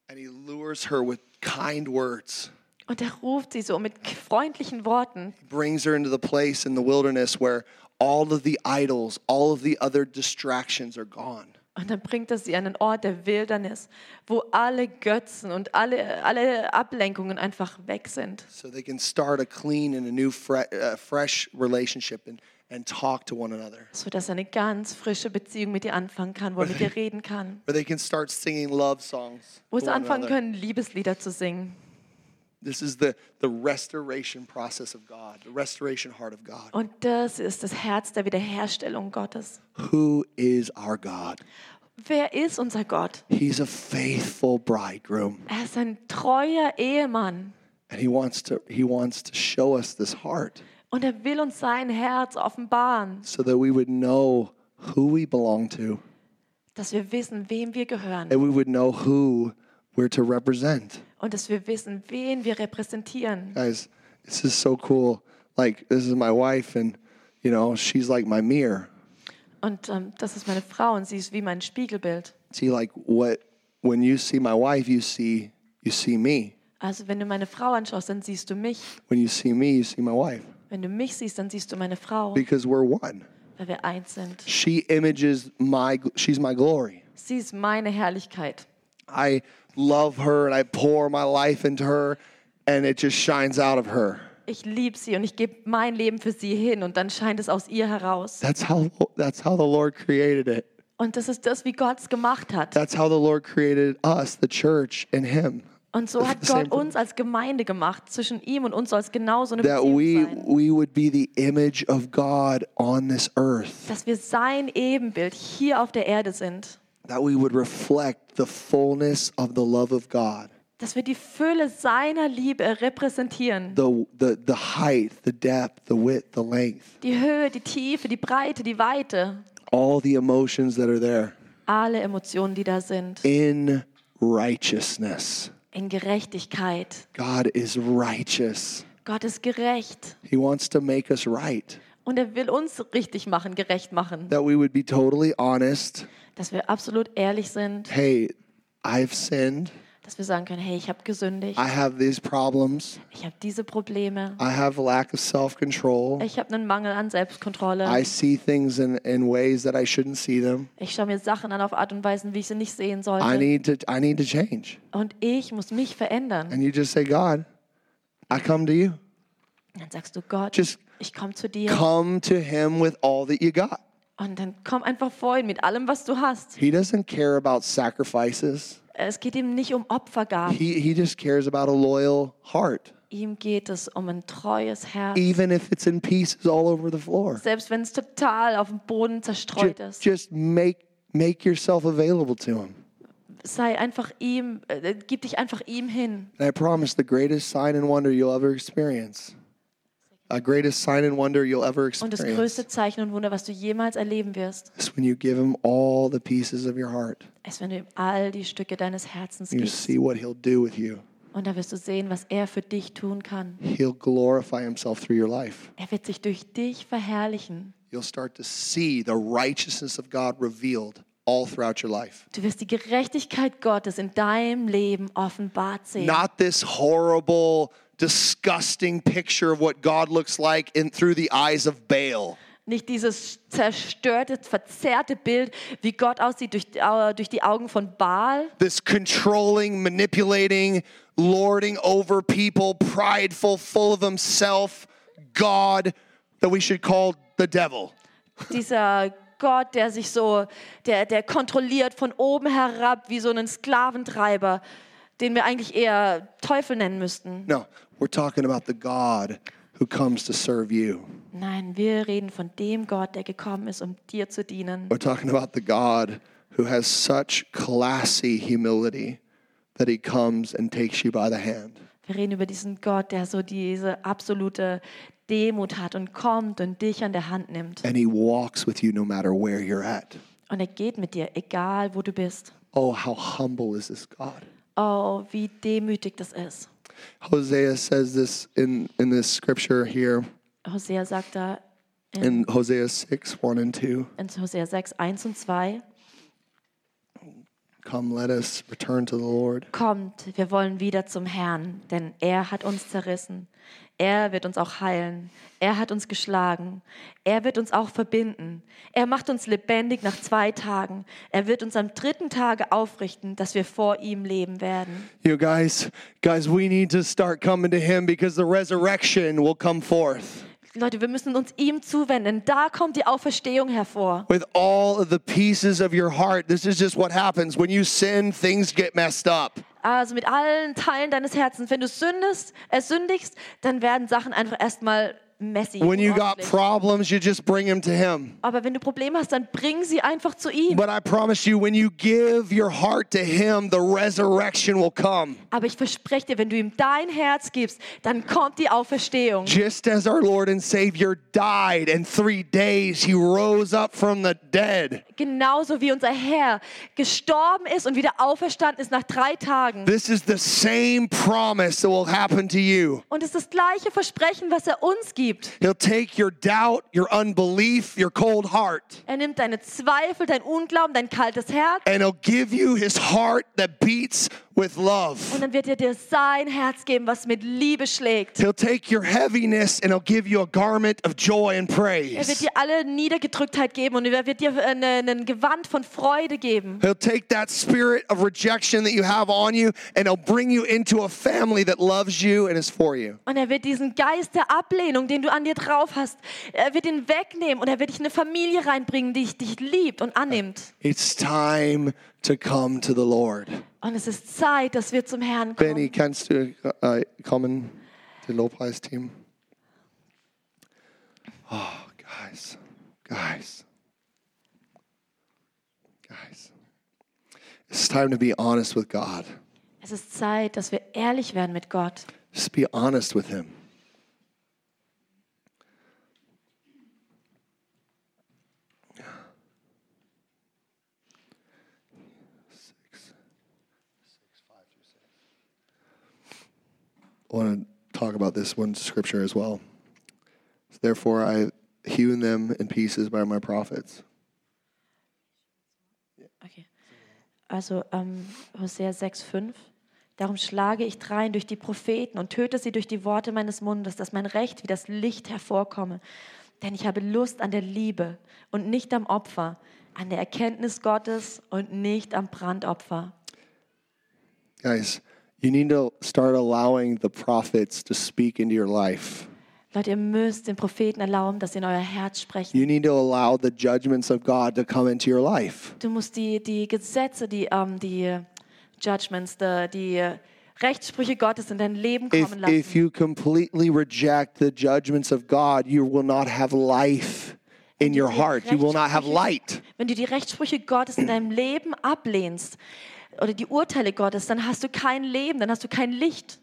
A: and he lures her with kind words.
B: und er ruft sie so mit freundlichen Worten.
A: He brings her into the place in the wilderness where all of the idols, all of the other distractions are gone.
B: Und dann bringt er sie an einen Ort der Wildernis, wo alle Götzen und alle, alle Ablenkungen einfach weg sind.
A: so they can start a clean and a new, fre- uh, fresh relationship and, and talk to one another.
B: sodass er eine ganz frische Beziehung mit dir anfangen kann, wo er mit dir reden kann,
A: Where they can start singing love songs.
B: wo
A: to
B: sie
A: one
B: anfangen
A: another.
B: können, Liebeslieder zu singen.
A: This is the, the restoration process of God, the restoration heart of God.
B: Und das ist das Herz der Wiederherstellung Gottes.
A: Who is our God?
B: Wer ist unser Gott?
A: He's a faithful bridegroom,
B: Er ist ein treuer Ehemann
A: and he wants to he wants to show us this heart
B: und er will uns sein Herz offenbaren,
A: so that we would know who we belong to
B: dass wir wissen, wem wir gehören
A: and we would know who we're to represent.
B: und dass wir wissen, wen wir repräsentieren.
A: guys this is so cool like this is my wife and you know she's like my mirror
B: Und ähm, das ist meine Frau und sie ist wie mein Spiegelbild.
A: see like what when you see my wife you see you see me
B: Also wenn du meine Frau anschaust, dann siehst du mich.
A: when you see me you see my wife
B: Wenn du mich siehst, dann siehst du meine Frau,
A: because we're one
B: weil wir eins sind.
A: she images my she's my glory
B: Sie ist meine Herrlichkeit.
A: i love her and i pour my life into her and it just shines out of her
B: Ich liebe sie und ich gebe mein Leben für sie hin und dann scheint es aus ihr heraus.
A: that's how that's how the lord created it
B: Und das ist das, wie Gott es gemacht hat.
A: that's how the lord created us the church and him
B: Und so hat
A: the same
B: Gott uns als Gemeinde gemacht. Zwischen ihm und uns soll es genauso eine
A: that we
B: Beziehung sein.
A: we would be the image of God on this earth
B: Dass wir sein Ebenbild hier auf der Erde sind.
A: that we would reflect the fullness of the love of God
B: Dass wir die Fülle seiner Liebe repräsentieren.
A: the the the height the depth the width the length
B: Die Höhe, die Tiefe, die Breite, die Weite.
A: all the emotions that are there
B: Alle Emotionen, die da sind.
A: in righteousness
B: In Gerechtigkeit.
A: God is righteous
B: Gott ist gerecht.
A: he wants to make us right
B: Und er will uns richtig machen, gerecht machen.
A: that we would be totally honest
B: dass wir absolut ehrlich sind,
A: hey I've sinned
B: dass wir sagen können, hey, ich habe gesündigt,
A: I have these problems
B: ich habe diese Probleme,
A: I have lack of self-control
B: ich habe einen Mangel an
A: I
B: Selbstkontrolle,
A: see things in, in ways that I shouldn't see them.
B: ich schaue mir Sachen an auf Art und Weisen, wie ich sie nicht sehen
A: I
B: sollte.
A: need to I need to change.
B: Und ich muss mich verändern.
A: And you just say, God, I come to you.
B: Dann sagst du, Gott,
A: Just
B: ich komme zu dir.
A: come to him with all that you got.
B: Und dann komm einfach vor ihn mit allem, was du hast.
A: He doesn't care about sacrifices.
B: Es geht ihm nicht um Opfergaben.
A: He he just cares about a loyal heart,
B: Ihm geht es um ein treues Herz.
A: even if it's in pieces all over the floor.
B: Selbst wenn es total auf dem Boden
A: Ju-
B: zerstreut ist.
A: just make make yourself available to him.
B: Sei einfach ihm, äh, gib dich einfach ihm hin.
A: And I promise the greatest sign and wonder you'll ever experience. A greatest sign and wonder you'll ever
B: Und das
A: experience.
B: größte Zeichen und Wunder, was du jemals erleben wirst,
A: It's when you give him all the pieces of your heart.
B: ist, wenn du ihm all die Stücke deines Herzens
A: You
B: gibst.
A: see what he'll do with you.
B: Und da wirst du sehen, was er für dich tun kann.
A: He'll glorify himself through your life.
B: Er wird sich durch dich verherrlichen.
A: You'll start to see the righteousness of God revealed all throughout your life.
B: Du wirst die Gerechtigkeit Gottes in deinem Leben offenbart sehen.
A: Not this horrible, disgusting picture of what God looks like in through the eyes of Baal.
B: Nicht dieses zerstörte, verzerrte Bild, wie Gott aussieht durch, äh, durch die Augen von Baal.
A: This controlling, manipulating, lording over people, prideful, full of himself, God that we should call the devil.
B: Dieser Gott, der sich so, der, der kontrolliert von oben herab wie so einen Sklaventreiber, den wir eigentlich eher Teufel nennen müssten.
A: No, we're talking about the God who comes to serve you.
B: Nein, wir reden von dem Gott, der gekommen ist, um dir zu dienen.
A: We're talking about the God who has such classy humility that he comes and takes you by the hand.
B: Wir reden über diesen Gott, der so diese absolute Demut hat und kommt und dich an der Hand nimmt.
A: And he walks with you no matter where you're at.
B: Und er geht mit dir, egal wo du bist.
A: Oh, how humble is this God?
B: Oh, wie demütig das ist.
A: Hosea says this in, in this scripture here
B: Hosea sagt da
A: in Hosea 6 1 and 2.
B: in Hosea 6, 1 und 2,
A: Come, let us return to the Lord.
B: Kommt, wir wollen wieder zum Herrn, denn er hat uns zerrissen. Er wird uns auch heilen. Er hat uns geschlagen. Er wird uns auch verbinden. Er macht uns lebendig nach zwei Tagen. Er wird uns am dritten Tage aufrichten, dass wir vor ihm leben werden.
A: You guys, guys, we need to start coming to him because the resurrection will come forth
B: Leute, wir müssen uns ihm zuwenden. Da kommt die Auferstehung hervor.
A: with all of the pieces of your heart. This is just what happens when you sin, things get messed up.
B: Also mit allen Teilen deines Herzens. Wenn du sündest, äh, sündigst, dann werden Sachen einfach erstmal messy.
A: When you got
B: unordentlich.
A: problems, you just bring them to him.
B: Aber wenn du Probleme hast, dann bring sie einfach zu ihm.
A: But I promise you, when you give your heart to him, the resurrection will come.
B: Aber ich verspreche dir, wenn du ihm dein Herz gibst, dann kommt die Auferstehung.
A: Just as our Lord and Savior died in three days, he rose up from the dead.
B: Genauso wie unser Herr gestorben ist und wieder auferstanden ist nach drei Tagen.
A: This is the same promise that will happen to you.
B: Und es ist das gleiche Versprechen, was er uns gibt.
A: He'll take your doubt, your unbelief, your cold heart,
B: Er nimmt deine Zweifel, dein Unglauben, dein kaltes Herz
A: and he'll give you his heart that beats with
B: und
A: love.
B: dann wird er dir sein Herz geben, was mit Liebe schlägt.
A: He'll take your heaviness and he'll give you a garment of joy and
B: Er wird
A: praise.
B: dir alle Niedergedrücktheit geben und er wird dir äh, ne- ein Gewand von Freude geben.
A: He'll take that spirit of rejection that you have on you and he'll bring you into a family that loves you and is for you.
B: Und er wird diesen Geist der Ablehnung, den du an dir drauf hast, er wird ihn wegnehmen und er wird dich in eine Familie reinbringen, die dich, dich liebt und annimmt.
A: It's time to come to the Lord.
B: Und es ist Zeit, dass wir zum Herrn kommen.
A: Benny, kannst du äh, kommen, die Lobpreisteam? Oh, guys, guys, guys. It's time to be honest with God.
B: Es ist Zeit, dass wir ehrlich werden mit Gott.
A: Just be honest with Him. I want to talk about this one scripture as well. Therefore, I hewn them in pieces by my prophets.
B: Okay. Also ähm, Hosea 6,5. Darum schlage ich drein durch die Propheten und töte sie durch die Worte meines Mundes, dass mein Recht wie das Licht hervorkomme. Denn ich habe Lust an der Liebe und nicht am Opfer, an der Erkenntnis Gottes und nicht am Brandopfer.
A: Guys, you need to start allowing the prophets to speak into your life.
B: Leute, ihr müsst den Propheten erlauben, dass sie in euer Herz sprechen.
A: You need to allow the judgments of God to come into your life.
B: Du musst die, die Gesetze, die, ähm, die Judgments, die, die Rechtssprüche Gottes in dein Leben
A: If,
B: kommen lassen.
A: if you completely reject the judgments of God, you will not have life in your heart. You will not have light.
B: Wenn du die Rechtssprüche Gottes in deinem Leben ablehnst oder die Urteile Gottes, dann hast du kein Leben, dann hast du kein Licht.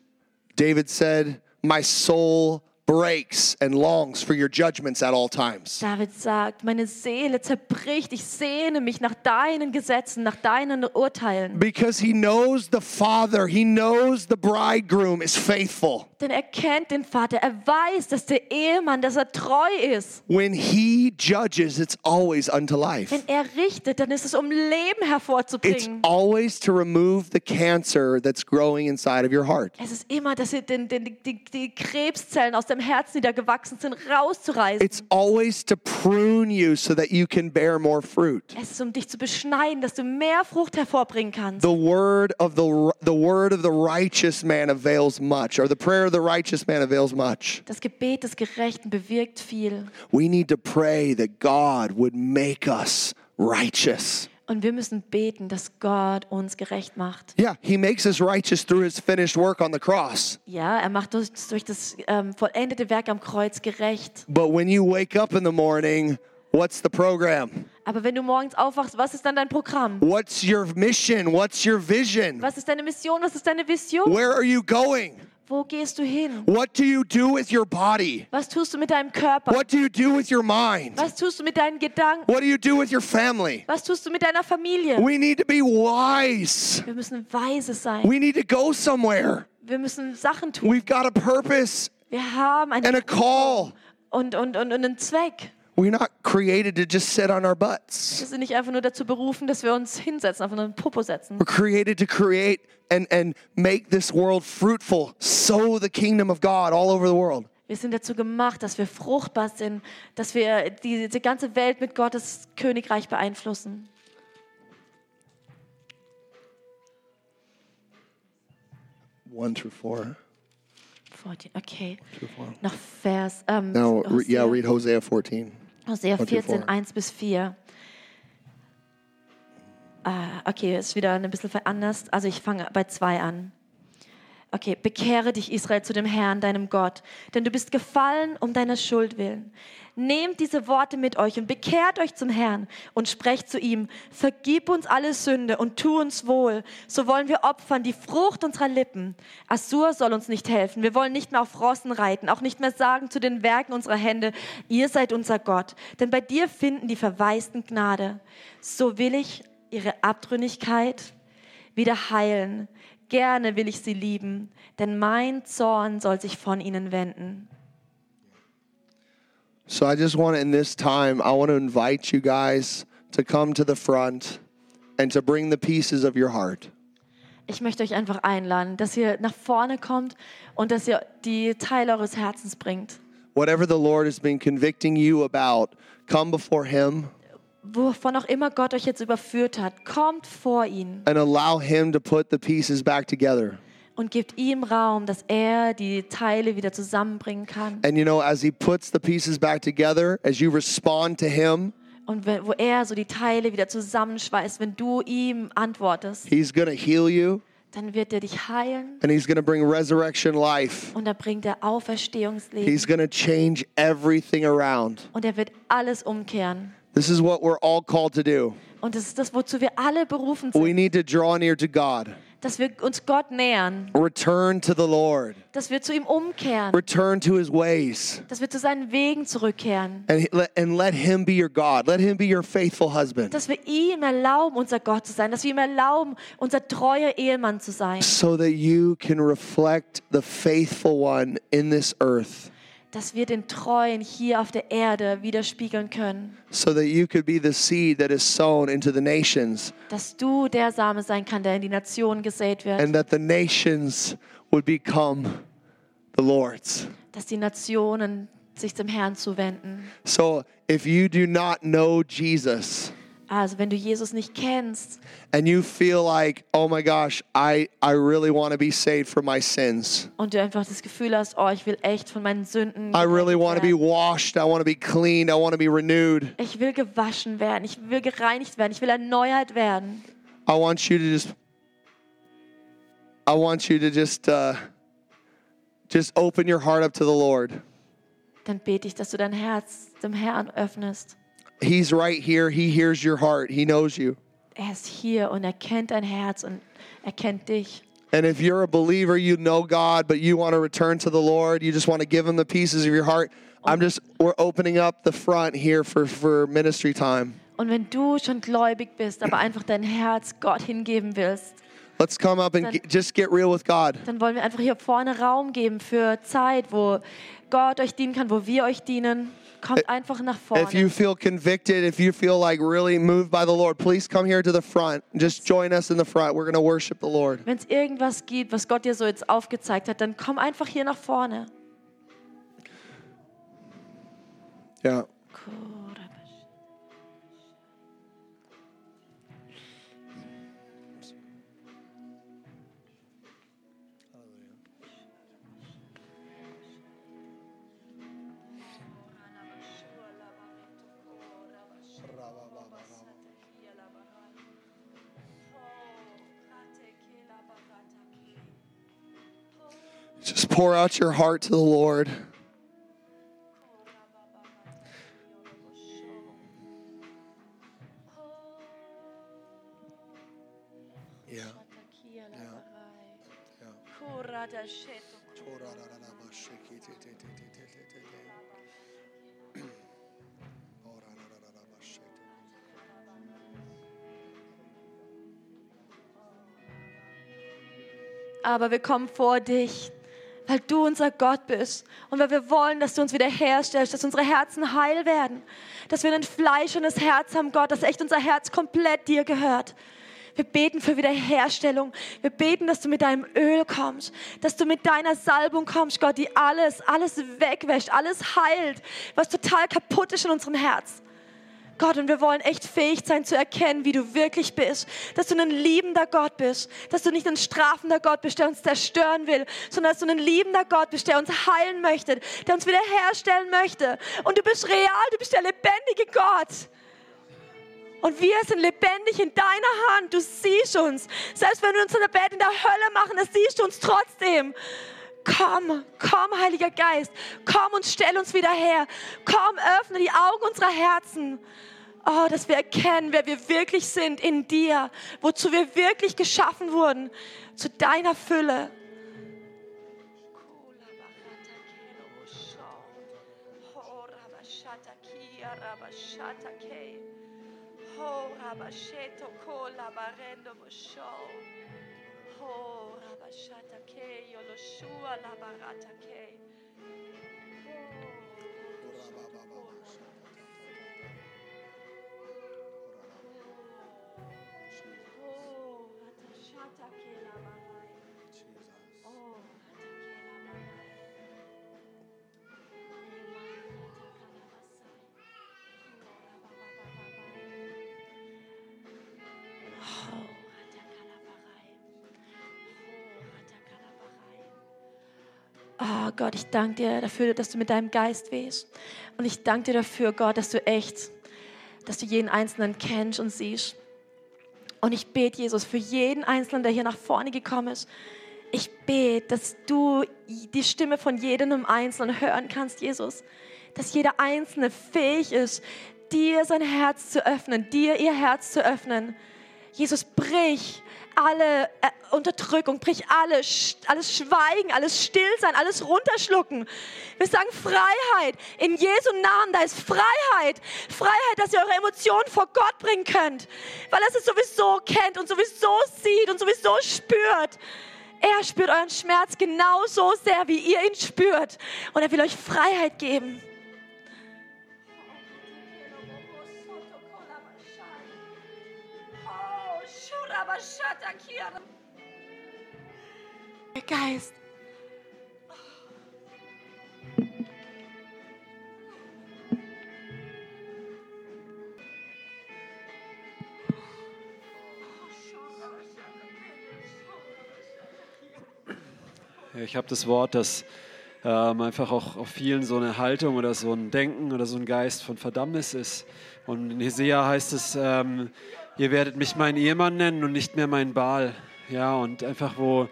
A: David said, My soul breaks and longs for your judgments at all times.
B: David sagt, meine Seele zerbricht, ich sehne mich nach deinen Gesetzen, nach deinen Urteilen.
A: Because he knows the Father, he knows the bridegroom is faithful.
B: Denn er kennt den Vater, er weiß, dass der Ehemann, dass er treu ist.
A: When he judges, it's always unto life.
B: Wenn er richtet, dann ist es um Leben
A: It's
B: hervorzubringen.
A: always to remove the cancer that's growing inside of your heart.
B: Es ist immer, dass er den, den, die, die Krebszellen aus dem Herzen, die da gewachsen sind, rauszureißen.
A: It's always to prune you so that you can bear more fruit.
B: Es ist, um dich zu beschneiden, dass du mehr Frucht hervorbringen kannst.
A: The word of the the word of the righteous man avails much, or the prayer of the righteous man avails much.
B: Das Gebet des Gerechten bewirkt viel.
A: We need to pray that God would make us righteous.
B: Und wir müssen beten, dass Gott uns gerecht macht.
A: Yeah, he makes us righteous through his finished work on the cross.
B: Ja, er macht uns durch das ähm, vollendete Werk am Kreuz gerecht.
A: But when you wake up in the morning, what's the program?
B: Aber wenn du morgens aufwachst, was ist dann dein Programm?
A: What's your mission? What's your vision?
B: Was ist deine Mission? Was ist deine Vision?
A: Where are you going?
B: Wo gehst du hin?
A: What do you do with your body?
B: Was tust du mit deinem Körper?
A: What do you do with your mind?
B: Was tust du mit deinen Gedanken?
A: What do you do with your family?
B: Was tust du mit deiner Familie?
A: We need to be wise.
B: Wir müssen weise sein.
A: We need to go somewhere.
B: Wir müssen Sachen tun.
A: We've got a purpose
B: Wir haben
A: and
B: einen
A: a call.
B: und, und, und, und einen Zweck.
A: We're not created to just sit on our butts.
B: Wir sind nicht einfach nur dazu berufen, dass wir uns hinsetzen, auf unseren Popo setzen.
A: We're created to create and, and make this world fruitful, sow the kingdom of God all over the world.
B: Wir sind dazu gemacht, dass wir fruchtbar sind, dass wir die, die ganze Welt mit Gottes Königreich beeinflussen.
A: One through four.
D: 14, Okay,
A: Through four.
D: noch Vers. Ähm,
A: No, re- yeah,
D: Hosea.
A: read Hosea 14.
D: Hosea
A: Und die
D: 14,
A: Vor-
D: 1 bis 4. Ah, okay, ist wieder ein bisschen anders. Also ich fange bei 2 an. Okay, bekehre dich, Israel, zu dem Herrn, deinem Gott, denn du bist gefallen um deiner Schuld willen. Nehmt diese Worte mit euch und bekehrt euch zum Herrn und sprecht zu ihm, vergib uns alle Sünde und tu uns wohl, so wollen wir opfern die Frucht unserer Lippen. Assur soll uns nicht helfen, wir wollen nicht mehr auf Rossen reiten, auch nicht mehr sagen zu den Werken unserer Hände, ihr seid unser Gott, denn bei dir finden die Verwaisten Gnade. So will ich ihre Abtrünnigkeit wieder heilen. Gerne will ich sie lieben, denn mein Zorn soll sich von ihnen wenden.
A: So I just want to, in this time, I want to invite you guys to come to the front and to bring the pieces of your heart.
B: Ich möchte euch einfach einladen, dass ihr nach vorne kommt und dass ihr die Teile eures Herzens bringt.
A: Whatever the Lord has been convicting you about, come before Him
B: Wovon auch immer Gott euch jetzt überführt hat, kommt vor ihn
A: and allow Him to put the pieces back together.
B: und gebt ihm Raum, dass er die Teile wieder zusammenbringen kann.
A: And you know, as He puts the pieces back together, as you respond to Him,
B: Und wenn- wo er so die Teile wieder zusammenschweißt, wenn du ihm antwortest,
A: He's going to heal you
B: dann wird er dich heilen
A: and He's going to bring resurrection life.
B: und er bringt er Auferstehungsleben
A: He's going to change everything around.
B: und er wird alles umkehren.
A: This is what we're all called to do.
B: Und das ist das, wozu wir alle berufen sind,
A: We need to draw near to God,
B: dass wir uns Gott nähern,
A: return to the Lord.
B: dass wir zu ihm umkehren,
A: return to his ways
B: dass wir zu seinen Wegen zurückkehren,
A: and he- let, and let him be your God. Let him be your faithful husband
B: dass wir ihm erlauben, unser Gott zu sein, dass wir ihm erlauben, unser treuer Ehemann zu sein,
A: so that you can reflect the faithful one in this earth,
B: dass wir den Treuen hier auf der Erde widerspiegeln können,
A: so that you could be the seed that is sown into the nations
B: dass du der Same sein kann, der in die Nationen gesät wird,
A: and that the nations would become the Lord's.
B: dass die Nationen sich dem Herrn zuwenden.
A: So if you do not know Jesus
B: Also wenn du Jesus nicht kennst
A: and you feel like, oh my gosh, I, I really want to be saved from my sins.
B: und du einfach das Gefühl hast, oh, ich will echt von meinen Sünden,
A: I really
B: gereinigt
A: want to
B: werden.
A: be washed. I want to be cleaned. I want to be renewed.
B: Ich will gewaschen werden, ich will gereinigt werden, ich will erneuert werden.
A: I want you to just, I want you to just, uh, just open your heart up to the Lord.
B: Dann bete ich, dass du dein Herz dem Herrn öffnest.
A: He's right here. He hears your heart. He knows you.
B: Er ist hier und er kennt dein Herz und er kennt dich.
A: And if you're a believer, you know God, but you want to return to the Lord, you just want to give Him the pieces of your heart. I'm just, we're opening up the front here for, for ministry time.
B: Und wenn du schon gläubig bist, aber einfach dein Herz Gott hingeben willst,
A: Let's come up and get, just get real with God.
B: dann wollen wir einfach hier vorne Raum geben für Zeit, wo Gott euch dienen kann, wo wir euch dienen. Kommt einfach nach
A: Äh, If you
B: vorne.
A: feel convicted, if you feel like really moved by the Lord, please come here to the front. Just join us in the front. We're going to worship the Lord.
B: Wenn es irgendwas gibt, was Gott dir so jetzt aufgezeigt hat, dann komm einfach hier nach vorne.
A: Yeah. Just pour out your heart to the Lord. Yeah. Oh,
B: Aber wir kommen vor dich weil du unser Gott bist und weil wir wollen, dass du uns wiederherstellst, dass unsere Herzen heil werden, dass wir ein fleischendes Herz haben, Gott, dass echt unser Herz komplett dir gehört. Wir beten für Wiederherstellung. Wir beten, dass du mit deinem Öl kommst, dass du mit deiner Salbung kommst, Gott, die alles, alles wegwäscht, alles heilt, was total kaputt ist in unserem Herz. Gott, und wir wollen echt fähig sein zu erkennen, wie du wirklich bist, dass du ein liebender Gott bist, dass du nicht ein strafender Gott bist, der uns zerstören will, sondern dass du ein liebender Gott bist, der uns heilen möchte, der uns wiederherstellen möchte. Und du bist real, du bist der lebendige Gott. Und wir sind lebendig in deiner Hand. Du siehst uns. Selbst wenn wir uns in der Bett in der Hölle machen, das siehst du uns trotzdem. Komm, komm, Heiliger Geist. Komm und stell uns wieder her. Komm, öffne die Augen unserer Herzen. Oh, dass wir erkennen, wer wir wirklich sind in dir, wozu wir wirklich geschaffen wurden, zu deiner Fülle. Ho rabasheto kola barendo mosho. Ho rabashata ke yoloshua la barata ke. Ho ratashata ke la barai. Oh, Oh Gott, ich danke dir dafür, dass du mit deinem Geist wehst. Und ich danke dir dafür, Gott, dass du echt, dass du jeden Einzelnen kennst und siehst. Und ich bete, Jesus, für jeden Einzelnen, der hier nach vorne gekommen ist. Ich bete, dass du die Stimme von jedem Einzelnen hören kannst, Jesus. Dass jeder Einzelne fähig ist, dir sein Herz zu öffnen, dir ihr Herz zu öffnen. Jesus, brich alle äh, Unterdrückung, brich alle, Sch- alles Schweigen, alles Stillsein, alles runterschlucken. Wir sagen Freiheit. In Jesu Namen, da ist Freiheit. Freiheit, dass ihr eure Emotionen vor Gott bringen könnt. Weil er es sowieso kennt und sowieso sieht und sowieso spürt. Er spürt euren Schmerz genauso sehr, wie ihr ihn spürt. Und er will euch Freiheit geben. Oh, Der Geist.
E: Ja, Ich habe das Wort, dass ähm, einfach auch auf vielen so eine Haltung oder so ein Denken oder so ein Geist von Verdammnis ist. Und in Hesea heißt es, ähm, ihr werdet mich meinen Ehemann nennen und nicht mehr meinen Baal. Ja, und einfach wo,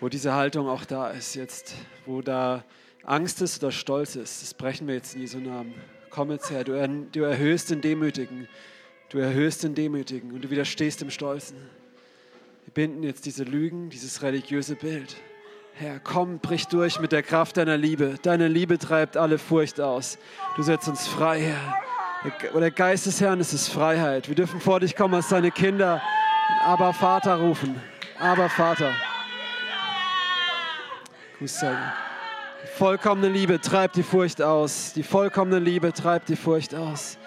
E: wo diese Haltung auch da ist jetzt, wo da Angst ist oder Stolz ist, das brechen wir jetzt in Jesu Namen. Komm jetzt her, du, er, du erhöhst den Demütigen. Du erhöhst den Demütigen und du widerstehst dem Stolzen. Wir binden jetzt diese Lügen, dieses religiöse Bild. Herr, komm, brich durch mit der Kraft deiner Liebe. Deine Liebe treibt alle Furcht aus. Du setzt uns frei, Herr. Der Ge- Der Geist des Herrn ist es Freiheit. Wir dürfen vor dich kommen als deine Kinder. Aber Vater rufen. Aber Vater. Grüß sei dir. Die vollkommene Liebe treibt die Furcht aus. Die vollkommene Liebe treibt die Furcht aus.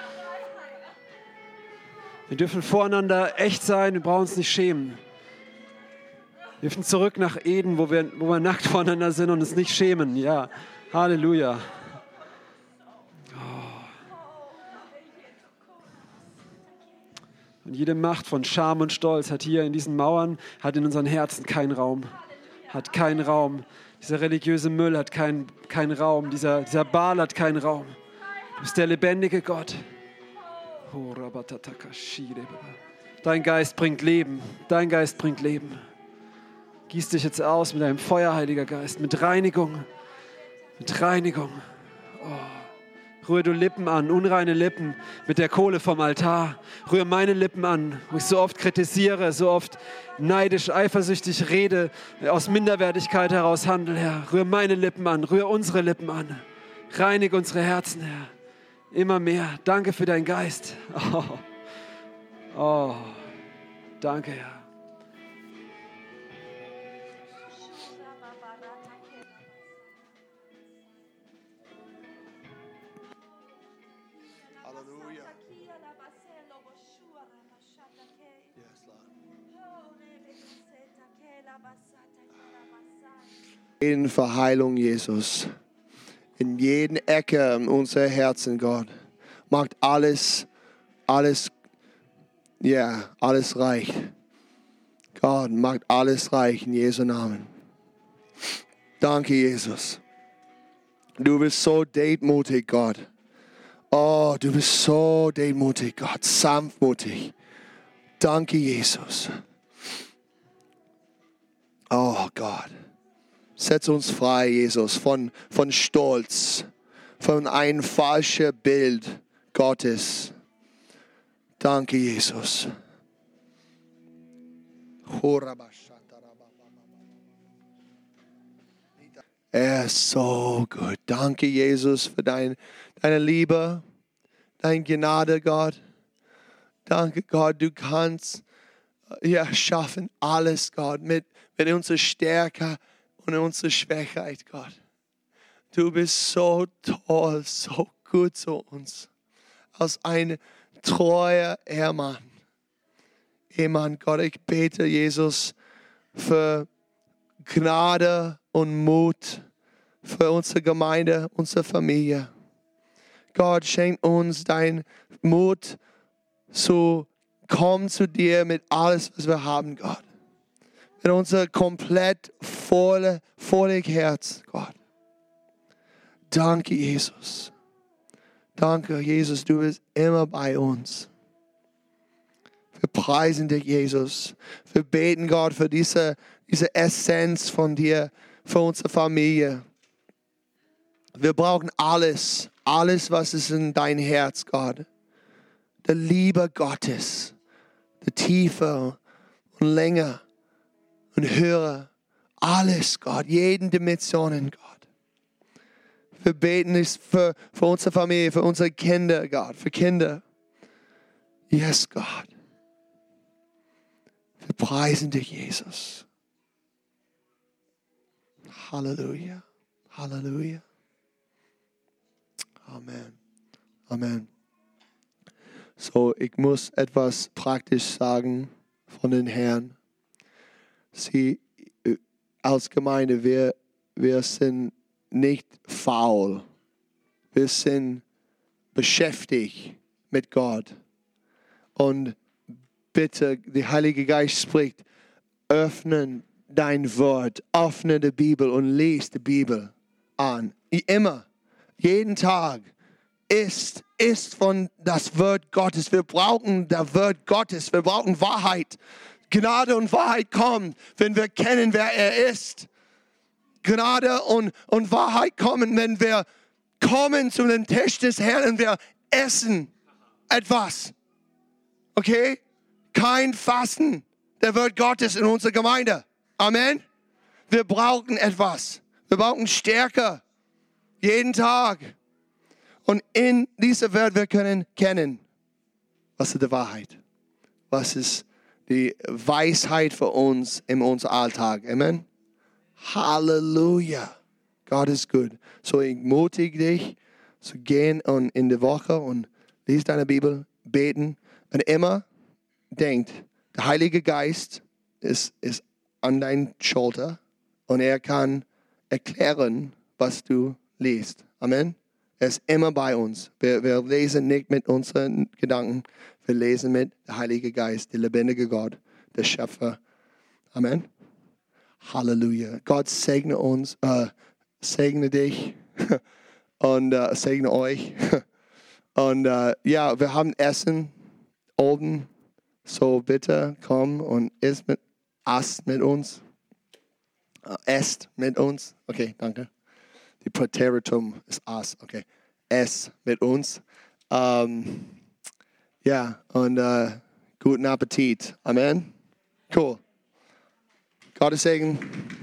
E: Wir dürfen voreinander echt sein. Wir brauchen uns nicht schämen. Wir dürfen zurück nach Eden, wo wir, wo wir nackt voneinander sind und uns nicht schämen. Ja, Halleluja. Und jede Macht von Scham und Stolz hat hier in diesen Mauern, hat in unseren Herzen keinen Raum. Hat keinen Raum. Dieser religiöse Müll hat keinen keinen Raum. Dieser, dieser Baal hat keinen Raum. Du bist der lebendige Gott. Oh, Dein Geist bringt Leben. Dein Geist bringt Leben. Gieß dich jetzt aus mit deinem Feuer, Heiliger Geist, mit Reinigung, mit Reinigung. Oh. Rühr du Lippen an, unreine Lippen, mit der Kohle vom Altar. Rühr meine Lippen an, wo ich so oft kritisiere, so oft neidisch, eifersüchtig rede, aus Minderwertigkeit heraus handel, Herr. Rühr meine Lippen an, rühr unsere Lippen an. Reinig unsere Herzen, Herr. Immer mehr. Danke für deinen Geist. Oh, oh. danke, Herr.
B: Oh, Oh,
A: Jeden für Heilung, Jesus. In jeden Ecke unser Herzen, Gott. Macht alles, alles, ja, alles reich. Gott macht alles reich in Jesu Namen. Danke, Jesus. Du bist so demutig, Gott. Oh, du bist so demutig, Gott, sanftmutig. Danke, Jesus. Oh Gott, setz uns frei, Jesus, von, von Stolz, von einem falschen Bild Gottes. Danke, Jesus. Er ist so gut. Danke, Jesus, für dein, deine Liebe, deine Gnade, Gott. Danke, Gott, du kannst ja, schaffen alles, Gott, mit, mit unserer Stärke und unserer Schwächheit, Gott. Du bist so toll, so gut zu uns. Als ein treuer Ehemann. Ehemann, Gott, ich bete, Jesus, für Gnade und Mut für unsere Gemeinde, unsere Familie. Gott, schenk uns dein Mut zu kommen zu dir mit alles, was wir haben, Gott. Mit unser komplett volle, volles Herz, Gott. Danke, Jesus. Danke, Jesus, du bist immer bei uns. Wir preisen dich, Jesus. Wir beten, Gott, für diese, diese Essenz von dir, für unsere Familie. Wir brauchen alles, alles, was ist in dein Herz, Gott. Der Liebe Gottes, der Tiefe und Länge und Höhe, alles, Gott, jeden Dimensionen, Gott. Wir beten es für, für unsere Familie, für unsere Kinder, Gott, für Kinder. Yes, Gott. Wir preisen dich, Jesus. Halleluja. Halleluja. Amen. Amen. So, ich muss etwas praktisch sagen von den Herrn. Sie, äh, als Gemeinde, wir, wir sind nicht faul. Wir sind beschäftigt mit Gott. Und bitte, der Heilige Geist spricht, öffnen dein Wort, öffne die Bibel und lese die Bibel an. Immer, jeden Tag ist, ist von das Wort Gottes. Wir brauchen das Wort Gottes. Wir brauchen Wahrheit. Gnade und Wahrheit kommen, wenn wir kennen, wer er ist. Gnade und, und Wahrheit kommen, wenn wir kommen zu dem Tisch des Herrn und wir essen etwas. Okay? Kein Fasten der Wort Gottes in unserer Gemeinde. Amen? Wir brauchen etwas. Wir brauchen Stärke. Jeden Tag. Und in dieser Welt wir können kennen, was ist die Wahrheit. Was ist die Weisheit für uns in unserem Alltag. Amen? Halleluja. Gott ist gut. So ich mutige dich zu gehen und in die Woche und lies deine Bibel, beten und immer denkt, der Heilige Geist ist, ist an deinen Schulter und er kann erklären, was du liest. Amen. Er ist immer bei uns. Wir, wir lesen nicht mit unseren Gedanken, wir lesen mit der Heilige Geist, der lebendige Gott, der Schöpfer. Amen. Halleluja. Gott segne uns, äh, segne dich und äh, segne euch. Und äh, ja, wir haben Essen oben. So bitte komm und isst mit, asst mit uns. Äh, esst mit uns. Okay, danke. Die Präteritum ist ass. Okay. Ess mit uns. Ähm, ja, und äh, guten Appetit. Amen. Cool. Gottes Segen.